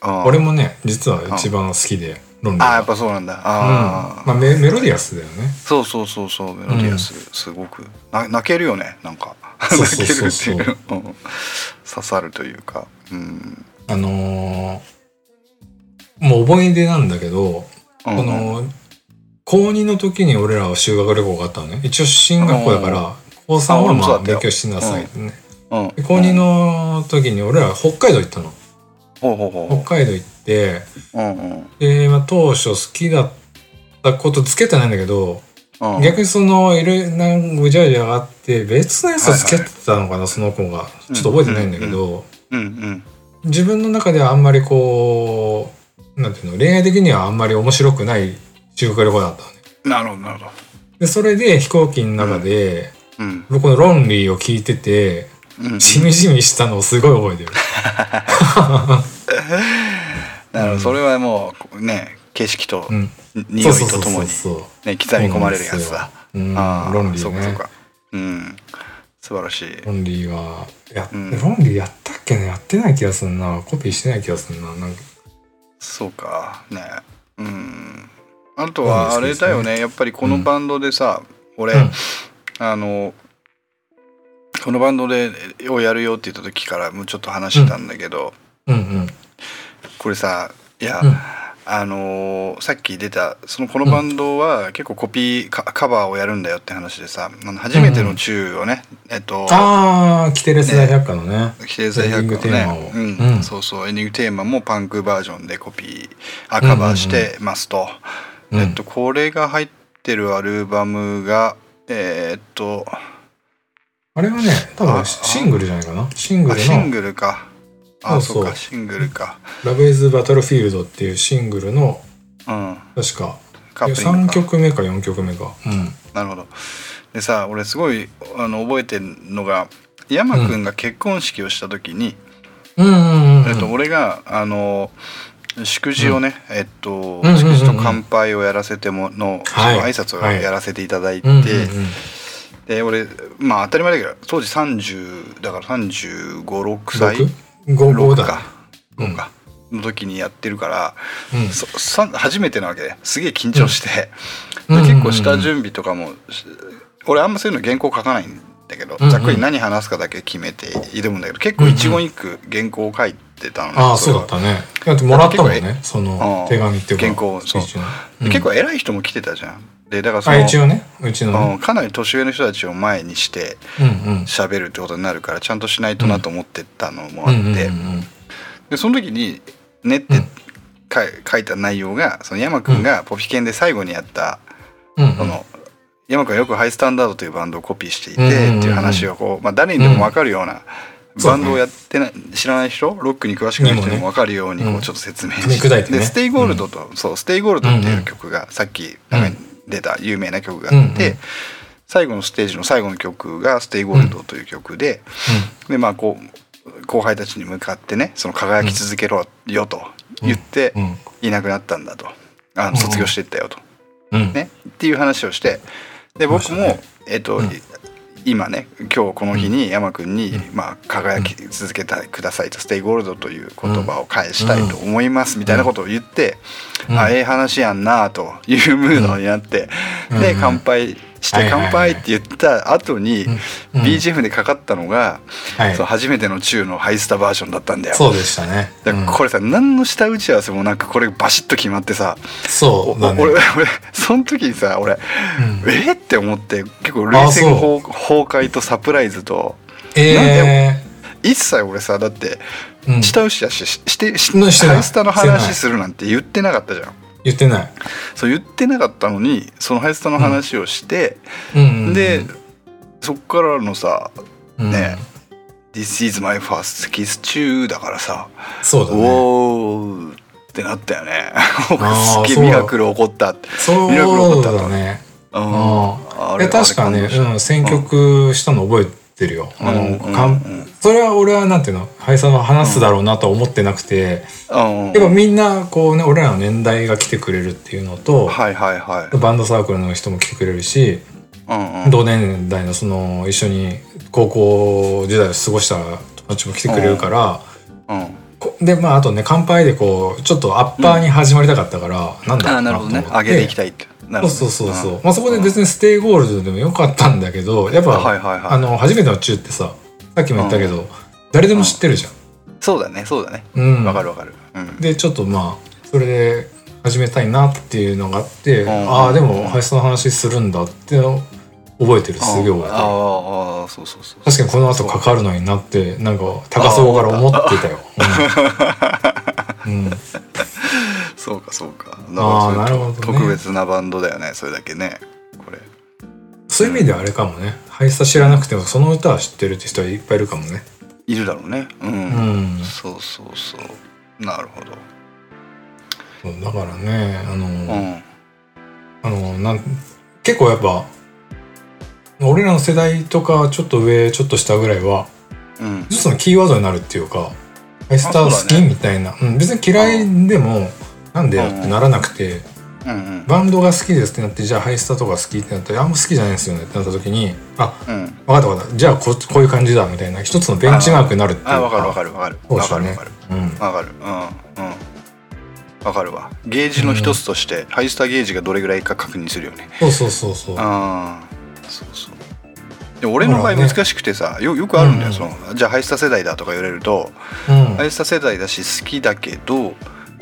S2: うん
S3: 俺もね実は一番好きで論理
S2: あー
S3: が
S2: やっぱそうなんだ
S3: うん
S2: あー、
S3: まあ、メメロディアスだよね
S2: そうそうそうそうメロディアス、すごくな泣けるよねなんか
S3: そう
S2: 泣
S3: そう
S2: ける
S3: そう
S2: って
S3: そ
S2: いうううん刺さるというかうん
S3: あのーもう思い出なんだけど、
S2: うん
S3: この高2の時に俺らは修学旅行があったのね一応進学校だから高3は
S2: 俺もそ
S3: ま
S2: うだ
S3: あ
S2: ったよ
S3: 勉強しなさいってね、
S2: うん
S3: で高2の時に俺ら北海道行ったの
S2: ほうほうほ
S3: 北海道行って
S2: ううんうん
S3: で、まあ、当初好きだったことつけてないんだけど
S2: うん
S3: 逆にそのいろなんかうじゃうじゃあって別のやつをつけてたのかな、その子がちょっと覚えてないんだけど、
S2: うんうん
S3: 自分の中ではあんまりこうなんていうの恋愛的にはあんまり面白くない修学旅行だったのね
S2: なるほどなるほど
S3: でそれで飛行機の中で、
S2: うん
S3: 僕の「ロンリー」を聞いてて
S2: うん
S3: しみじみしたのをすごい覚えてる、
S2: なるほどそれはもうね景色と
S3: うん、
S2: 匂いとともに
S3: そうそう
S2: ね刻み込まれるやつだ
S3: うん
S2: ああ
S3: ロンリー
S2: そうか
S3: ね
S2: そうかうん素晴らしい
S3: ロンリーはや、
S2: うん
S3: ロンリーやったっけねやってない気がするなコピーしてない気がするななんか
S2: そうかねうんあとはあれだよねやっぱりこの
S3: うん
S2: バンドでさ、俺、
S3: うん
S2: あのこのバンドでをやるよって言った時からもうちょっと話してたんだけど、
S3: うんうん
S2: これさいや、
S3: うん
S2: あのーさっき出たそのこのバンドは結構コピーカカバーをやるんだよって話でさあの初めての宙をね、えっと
S3: ああ、キテレス大百科のね。
S2: 規定性
S3: エンディングテーマを
S2: 100のね、うん
S3: うん
S2: そうそうエンディングテーマもパンクバージョンでコピーあカバーしてますと、
S3: うん
S2: えっとこれが入ってるアルバムがえーっと
S3: あれはね、多
S2: ああ
S3: 分シングルじゃないかな。シング
S2: あ
S3: ル
S2: シン
S3: の
S2: グルかあ
S3: そ
S2: そう
S3: そう
S2: うかシングルか
S3: 「ラブ・イズ・バトルフィールド」っていうシングルの
S2: うん
S3: 確か
S2: カップリン
S3: 3
S2: グか
S3: 曲目か4曲目か。うん。
S2: なるほどでさ俺すごいあの覚えてるのが山くんが結婚式をした時に、
S3: うんうんうんう
S2: えっと、
S3: ん。
S2: 俺があの祝辞をね、えっと
S3: うんうんうんうん
S2: 祝辞と乾杯をやらせてもの、
S3: はい
S2: その挨拶をやらせていただいて、
S3: うんうんうん
S2: で俺まあ当たり前だけど当時30だから356歳
S3: 六五五
S2: 6
S3: だ。
S2: か5か、の時にやってるから、
S3: うん
S2: そさ初めてなわけですげえ緊張して、
S3: うん
S2: で
S3: うんうんうん
S2: 結構下準備とかもし俺あんまそういうの原稿書かないんだけど、
S3: うんうん
S2: ざっくり何話すかだけ決めて挑むんだけど結構一言一句原稿を書いてたのね、
S3: ああ
S2: それ
S3: そう
S2: は
S3: だったねだってもらったもんねそ
S2: あ
S3: の
S2: ー
S3: 手紙っていうか
S2: 原稿そう
S3: 一応ね
S2: で
S3: うん
S2: 結構偉い人も来てたじゃん。でだからそ
S3: あ
S2: の
S3: 一応ねうちの
S2: うん
S3: ね
S2: かなり年上の人たちを前にして
S3: うんうん
S2: 喋るってことになるからちゃんとしないとなと思ってたのもあって、
S3: うんうんうんうん
S2: でその時に「ね」って
S3: うん
S2: か書いた内容がその山くんがポピケンで最後にやった、
S3: うんうん
S2: その山くんはよくハイスタンダードというバンドをコピーしていてっ
S3: うんうんうんうん
S2: ていう話をこう、まあ、誰にでも分かるような、
S3: そう
S2: バ
S3: だね
S2: ンドをやってない知らない人ロックに詳しくない人
S3: に
S2: に
S3: もね
S2: も分かるようにこ
S3: う
S2: うんちょっと説明
S3: 噛み
S2: して、
S3: 砕いてね
S2: で「ステイゴールドと」そう「ステイゴールド」っていう曲がさっき中に出た有名な曲があって、
S3: うんうん
S2: 最後のステージの最後の曲が「ステイゴールド」という曲で。でまあこう後輩たちに向かってねその輝き続けろよと言って、
S3: うんうん
S2: いなくなったんだとあ
S3: うん
S2: 卒業していったよと、
S3: うん
S2: ねっていう話をしてで僕も、
S3: そうです
S2: えっと、
S3: うん
S2: 今ね今日この日に山君に、
S3: う
S2: まあ、輝き続けてくださいと「ステイゴールド」という言葉を返したいと思いますみたいなことを言って、
S3: うん
S2: あええ話やんなあというムードになって、
S3: うん
S2: で
S3: うん
S2: 乾杯し
S3: は
S2: て「
S3: いはいは
S2: 乾
S3: い
S2: 杯」って言った後に、
S3: うん
S2: BGM でかかったのが、
S3: はい
S2: そう初めての中のハイスタバージョンだったんだよ。
S3: そうでしたね
S2: だか
S3: うん
S2: らこれさ、何の下打ち合わせもなくこれバシッと決まってさ、
S3: そうだね
S2: 俺俺その時にさ俺、
S3: うん
S2: えっって思って結構冷戦
S3: あそ
S2: 崩崩壊とサプライズと
S3: え
S2: 一切俺さだって
S3: えうん
S2: 下打ち合わせししてし
S3: うんしてない
S2: ハイスタの
S3: してな
S2: 話
S3: い
S2: するなんて言ってなかったじゃん。
S3: 言ってない
S2: そう言ってなかったのにそのハイスタの話をして、
S3: うんうんうん
S2: でそっからのさ
S3: うん
S2: ね「This is my first kiss too」だからさ、
S3: そうだね
S2: おーってなったよね
S3: あー
S2: すっげえミラクル起こったってミラクル起こ
S3: そ
S2: っ
S3: う
S2: た
S3: だね
S2: うん
S3: あ
S2: あ
S3: あえ確かね、
S2: あれ感動した
S3: うん、選曲したの覚えてるよ。あ
S2: うん
S3: の
S2: うん
S3: か
S2: うん
S3: んそれは俺はなんていうの林さんが話すだろうなとは思ってなくて、
S2: うん
S3: やっぱみんなこうね俺らの年代が来てくれるっていうのと、
S2: はいはいはい
S3: バンドサークルの人も来てくれるし、
S2: うんうん
S3: 同年代のその一緒に高校時代を過ごした友達も来てくれるから。
S2: うん
S3: こでまあ、あとね「乾杯」でこうちょっとアッパーに始まりたかったから、なんだろ
S2: あ
S3: うな
S2: なる
S3: と
S2: ほ
S3: 思
S2: ど
S3: って
S2: ね上げていきたいってなるほどね
S3: そうそうそうそう、まあそこで別にステイゴールドでもよかったんだけどやっぱ、
S2: はいはいはい
S3: あの初めての中ってささっきも言ったけど、誰でも知ってるじゃん。
S2: うんそうだねそうだね
S3: うん
S2: わかるわかるうん
S3: でちょっとまあそれで始めたいなっていうのがあって、
S2: ん
S3: ああでも林さんの話するんだっての覚えてるすげえ覚え
S2: あー
S3: てる。
S2: あーそうそうそう
S3: 確かにこの後かかるのになってなんか高そうから思ってたよ。うん、うん
S2: そうかそうかだから
S3: あ
S2: そう
S3: ー
S2: いう
S3: なるほどね
S2: 特別なバンドだよねそれだけねこれ
S3: そういう意味ではあれかもね林さん知らなくてもその歌は知ってるって人はいっぱいいるかもね。
S2: いるだろうねう
S3: うんん
S2: そうそうそうなるほど
S3: そうだからねあの、
S2: うん
S3: あのなん結構やっぱ俺らの世代とかちょっと上ちょっと下ぐらいは
S2: うん
S3: 一つのキーワードになるっていうか「ハイスター
S2: そ
S3: 好
S2: うだ
S3: き」
S2: ね
S3: みたいなう、ん、別に嫌いでもなんでよってならなくて、
S2: うんうん
S3: バンドが好きですってなってじゃあハイスターとか好きってなってあんま好きじゃないんですよねってなった時にあ
S2: うん
S3: 分かった分かったじゃあここういう感じだみたいな一つのベンチマークになるっていう
S2: あわかるわかるわかる
S3: そうで
S2: わ
S3: す
S2: か
S3: よ
S2: る
S3: ね
S2: わかる
S3: うん、
S2: わかるうんうんわかるわゲージの一つとして、ハイスターゲージがどれぐらいか確認するよね
S3: そうそうそうそう
S2: ああそうそうで俺の場合
S3: ほら
S2: 難
S3: ね
S2: しくてさ、よよくあるんだよ、
S3: うん
S2: そのじゃあハイスター世代だとか言われると、
S3: うん
S2: ハイスター世代だし好きだけど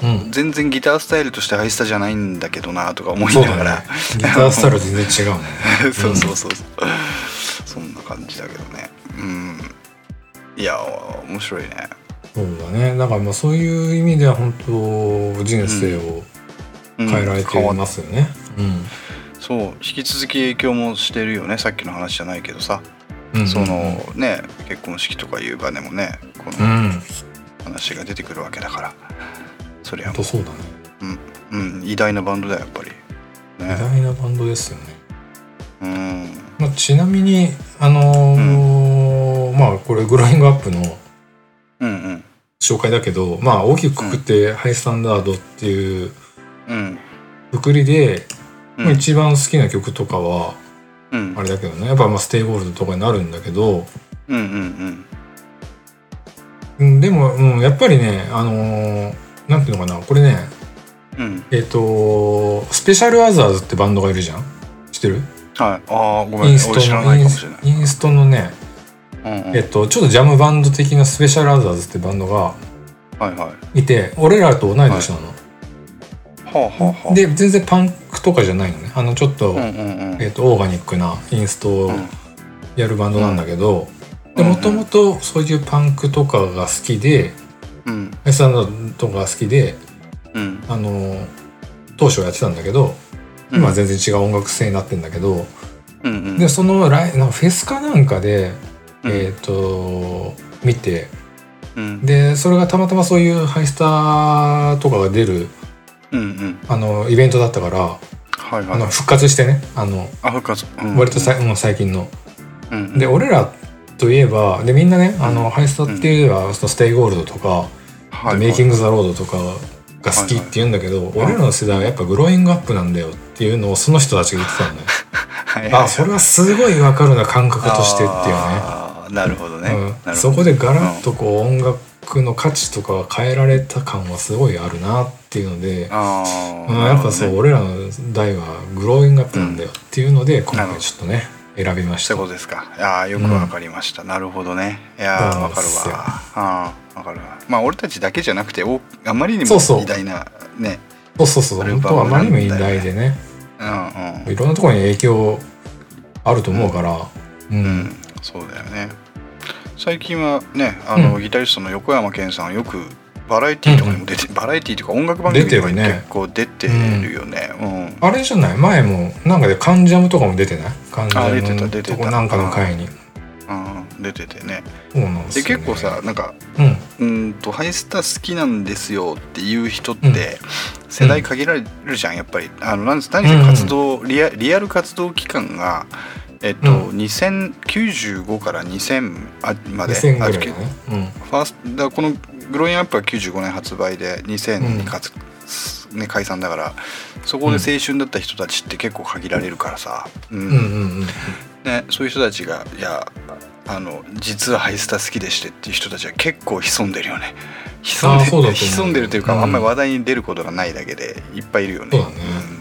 S3: うん
S2: 全然ギタースタイルとしてハイスターじゃないんだけどなとか思い
S3: そう
S2: なが
S3: だ
S2: ら
S3: ねギタースタイル全然違うね
S2: そうそうそうそう、そんな感じだけどねうんいや面白いね
S3: そうだねだからまあそういう意味では本当人生を
S2: うん
S3: 変えられて
S2: 変わ
S3: い
S2: っ
S3: ますよね、うん
S2: そう引き続き影響もしてるよねさっきの話じゃないけどさ、
S3: うん
S2: そのね結婚式とかいう場でもねこ
S3: う
S2: の
S3: ん
S2: 話が出てくるわけだから、そりゃ
S3: 本
S2: も
S3: 当そうだね
S2: う、うん、偉大なバンドだよやっぱり
S3: 偉
S2: ね
S3: 大なバンドですよね、
S2: うん
S3: まあ、ちなみにあのーまあこれグローイングアップの
S2: うんうん
S3: 紹介だけどまあ大きくくくって、ハイスタンダードっていう
S2: うん
S3: くくりで、
S2: う
S3: まあ
S2: ん
S3: 一番好きな曲とかは
S2: うん
S3: あれだけどねやっぱまあステイゴールドとかになるんだけど、
S2: うんうん
S3: うん、でも、うん、やっぱりねあのーなんていうのかなこれね
S2: うんうん
S3: えっ、とスペシャルアザーズってバンドがいるじゃん知ってる
S2: あはい、ああごめ
S3: イ
S2: ん
S3: ンス
S2: 俺知
S3: ト
S2: ら
S3: の
S2: ない
S3: イ
S2: か
S3: ン
S2: も
S3: ス
S2: しれない、
S3: インストのね、
S2: うんうん、
S3: えっと、ちょっとジャムバンド的なスペシャルアザーズってバンドが
S2: はいはいはい
S3: て俺らと同い年なの、
S2: あはあはあ
S3: で全然パンクとかじゃないのねあのちょっと,、
S2: うんうんうん
S3: えっとオーガニックなインストを
S2: うん
S3: やるバンドなんだけど、
S2: うん
S3: もともとそういうパンクとかが好きで
S2: うん
S3: メスアンドとかが好きで
S2: うん
S3: あの当初やってたんだけど今は全然違う音楽性になってんだけど、
S2: うんうん
S3: でそのライなんかフェスかなんかで、
S2: うん
S3: えっ、と見て
S2: うん
S3: でそれがたまたまそういうハイスターとかが出る
S2: うんうん
S3: あのイベントだったから
S2: はい
S3: あの
S2: はい
S3: 復活してねあの
S2: あ復活うん
S3: 割とさい、もう最近の。
S2: うん
S3: で俺らといえばでみんなねあの、
S2: うん
S3: ハイスターっていうのは、そのステイゴールドとか、
S2: はい
S3: メイキン
S2: グ
S3: グ・ザ・ロードとかが好きって言うんだけど、俺らの世代はやっぱグローイングアップなんだよっていうのをその人たちが言ってたのね。
S2: はいはい
S3: あそれはすごいわかるな感覚としてっていうね。
S2: あーなるほどね、なるほ
S3: うん、
S2: ど
S3: そこでガラッとこう音楽の価値とかが変えられた感はすごいあるなっていうので、
S2: あ
S3: う
S2: ー
S3: ん、
S2: なる
S3: やっぱ
S2: ほどね
S3: そう、俺らの代はグローイングアップなんだよっていうので、今
S2: なるほ
S3: 回
S2: ど
S3: ちょっとね選びまし
S2: そう
S3: た
S2: いうことですか。ああ、よくわかりました。なるほどね。いやー、
S3: そうなん
S2: わ
S3: で
S2: かる
S3: すよ
S2: わ。ああ、わかるわ。まあ、俺たちだけじゃなくて、おあまりに
S3: そ
S2: も
S3: うそう
S2: 偉大な、ね。
S3: そうそうそう
S2: アル
S3: 本
S2: バ
S3: 当はあ
S2: ムな
S3: ま
S2: んだ
S3: りに
S2: よね
S3: も偉大でね
S2: うん
S3: いろんなところに影響あると思うから、うん
S2: うん。うん、そうだよね。最近はね、あの、
S3: う
S2: ギタリストの横山健さん、よくバラエティーとかにも出て、バラエティーとか音楽番組
S3: 出て
S2: と
S3: る
S2: か
S3: ね
S2: に結構出てるよね。うん。
S3: あれじゃない前もなんかで「カンジャム」とかも出てないカンジ
S2: あ出て
S3: ャ
S2: た
S3: ム
S2: 出
S3: の
S2: て
S3: と
S2: た
S3: こなんかの回に。
S2: うん出ててね。
S3: そうなんです
S2: で、
S3: よね
S2: 結構さ、なんか、
S3: うん
S2: うーんとハイスタ好きなんですよっていう人っ
S3: うん
S2: て世代限られるじゃんやっぱりあのなんです何せ
S3: うんうん
S2: 活動リアリアル活動期間がえっと、
S3: う
S2: 2095から2000あまで
S3: 2000ぐらいだ
S2: あ
S3: ね、うん、
S2: ファーストだからこのグロインアップは95年発売で2000にかつ、ね、解散だからそこで青春だった人たちって結構限られるからさ、うん
S3: うんうんうん
S2: ね、そういう人たちがいやあの実はハイスタ好きでしてっていう人たちは結構潜んでるよね潜ん
S3: あーそうだと
S2: で
S3: 思う
S2: 潜んでるというか、
S3: うん
S2: あんまり話題に出ることがないだけでいっぱいいるよね
S3: そうだね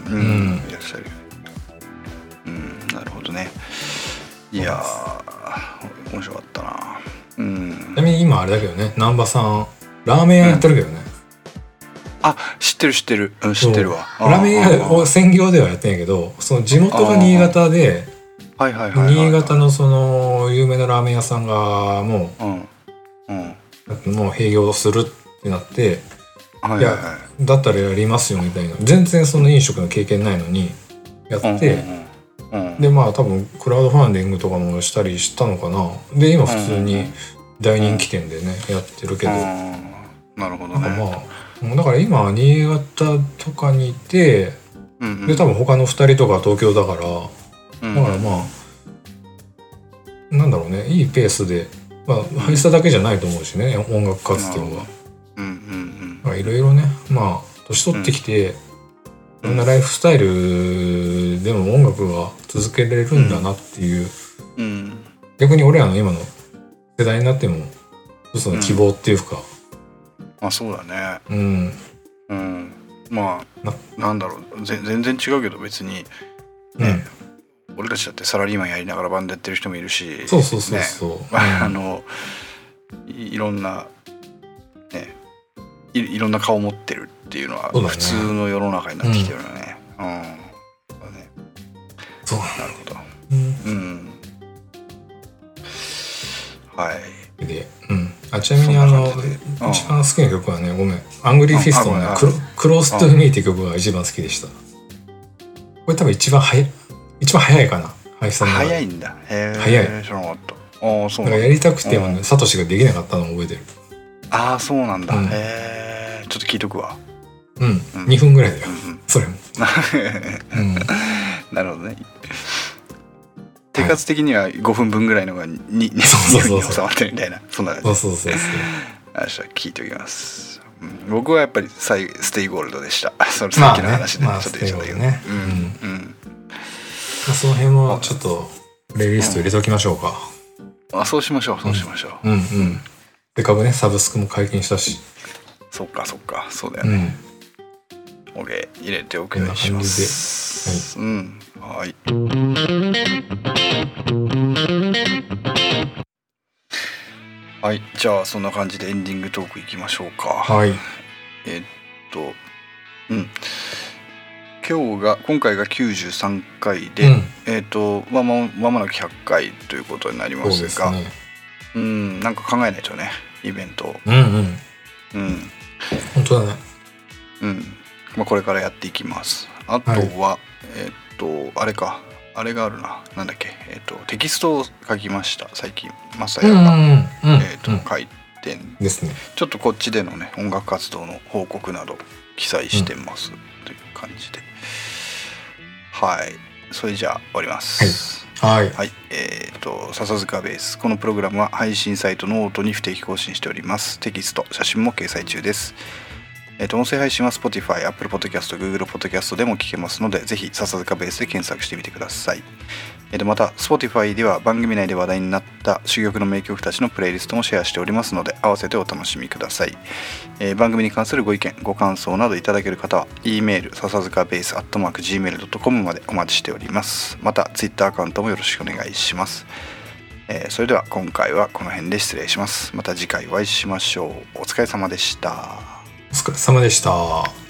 S2: うん、
S3: うん
S2: いらっしゃるよねうんなるほどねいやー面白かったなうん
S3: ちなみに今あれだけどね難波さんラーメン屋やってるけどね、
S2: あ知ってる知ってる、うん、知ってるわ
S3: ラーメン屋を
S2: は
S3: 専業ではやってないけどその地元が新潟で
S2: いはいはいはい
S3: 新潟のその有名なラーメン屋さんがも
S2: うんうん
S3: うもう閉業するってなって
S2: はいはいい
S3: や
S2: は
S3: だったらやりますよみたいな全然その飲食の経験ないのにや
S2: いうん
S3: って、
S2: うんうんうん
S3: でまあ多分クラウドファンディングとかもしたりしたのかなで今普通に大人気店でねやってるけど、
S2: うんなるほど
S3: なん
S2: ね
S3: かまあ、もうだから今新潟とかにいて
S2: うんうん
S3: で多分他の2人とか東京だから
S2: うん
S3: だからまあなんだろうねいいペースで、まあ、ハイスタだけじゃないと思うしね音楽活動
S2: なる
S3: は
S2: ほ。うんうん
S3: まあいろいろねまあ年取ってきて、
S2: うん
S3: いろんなライフスタイルでも音楽が続けられるんだなっていう、
S2: うんうん
S3: 逆に俺らの今の世代になっても一つの希望っていうか、
S2: まあそうだね
S3: うん、
S2: うんま
S3: な
S2: あなんだろうぜ全然違うけど別に
S3: うん
S2: ね俺たちだってサラリーマンやりながらバンドやってる人もいるし
S3: そうそうそう
S2: ね
S3: そう、
S2: あのいいろんなねいいろんな顔持ってるっていうのは
S3: そうだね
S2: 普通の世の中になってきてるよねうんそうだね
S3: そう
S2: なるほど
S3: うん
S2: うんはい
S3: で、うん、あちなみに
S2: そ
S3: あ
S2: んな
S3: の
S2: 感じでうん
S3: 一番好きな曲はねごめんアングリーフィストのね
S2: あ
S3: 「
S2: あ
S3: クロクロス・トゥ・ミー」って曲が一番好きでしたこれ多分一番早い一番早いかな林さんの中で
S2: 早いんだへえ
S3: 早
S2: 知らなかったああそう
S3: なんか
S2: なんだ
S3: やりたくても
S2: う
S3: ねサトシができなかったのを覚えてる
S2: ああそうなんだ、
S3: うん
S2: へえちょっと聞いとくわ、
S3: うん、
S2: ん
S3: 2分ぐらいだよ
S2: うんうん
S3: それ も、うん、
S2: なるほどね手数的には5分分ぐらいのが 2, に
S3: そうそうそう
S2: に収まってるみたいなそんな感じ
S3: そうそうそうそう
S2: あじゃあ聞いておきます、うん僕はやっぱりさいステイゴールドでした その
S3: まあ
S2: さっき
S3: ね
S2: の話でち
S3: ま
S2: ょ
S3: あ
S2: っと
S3: ス
S2: 言っ
S3: テ
S2: ち
S3: イ
S2: ゃっ
S3: ゴ
S2: た
S3: ー
S2: け
S3: ル
S2: ど、
S3: ドね
S2: うんうん
S3: まあその辺もちょっとプレイリスト入れておきましょうか
S2: あそうしましょうそうしましょ
S3: う
S2: う、
S3: んうんせっかくねサブスクも解禁したし
S2: そっかそっかそうだよ
S3: う
S2: ね、
S3: ん
S2: OK 入れておくようにします。うん、はい。はい、じゃあそんな感じでエンディングトークいきましょうか。
S3: はい。
S2: えっと、うん。今日が今回が93回で、
S3: うん
S2: えっとまあまあまもなく100回ということになり
S3: そ
S2: ま
S3: う
S2: す
S3: です
S2: が、
S3: ね。
S2: うん、なんか考えないとね、イベントを、
S3: うんうん。
S2: うん、
S3: 本当だね。
S2: うんまあ、これからやっていきますあとは、えっとあれかあれがあるななんだっけ、えっとテキストを書きました最近マサ
S3: うん
S2: ヤ
S3: うん
S2: が、
S3: うん。
S2: えっと
S3: うん
S2: 書いて
S3: ですね。
S2: ちょっとこっちでのね音楽活動の報告など記載してます、という感じではいそれじゃあ終わります、
S3: はい。
S2: はい、えっ、と笹塚ベースこのプログラムは配信サイトノートに不定期更新しておりますテキスト写真も掲載中ですえっ、と音声配信は Spotify、Apple Podcast、Google Podcast でも聞けますのでぜひ笹塚ベースで検索してみてくださいえっ、とまた Spotify では番組内で話題になった珠玉の名曲たちのプレイリストもシェアしておりますので合わせてお楽しみくださいえー番組に関するご意見ご感想などいただける方は e メール笹塚ベース gmail.com までお待ちしておりますまた Twitter アカウントもよろしくお願いします、えーそれでは今回はこの辺で失礼しますまた次回お会いしましょうお疲れ様でした
S3: お疲れ様でした。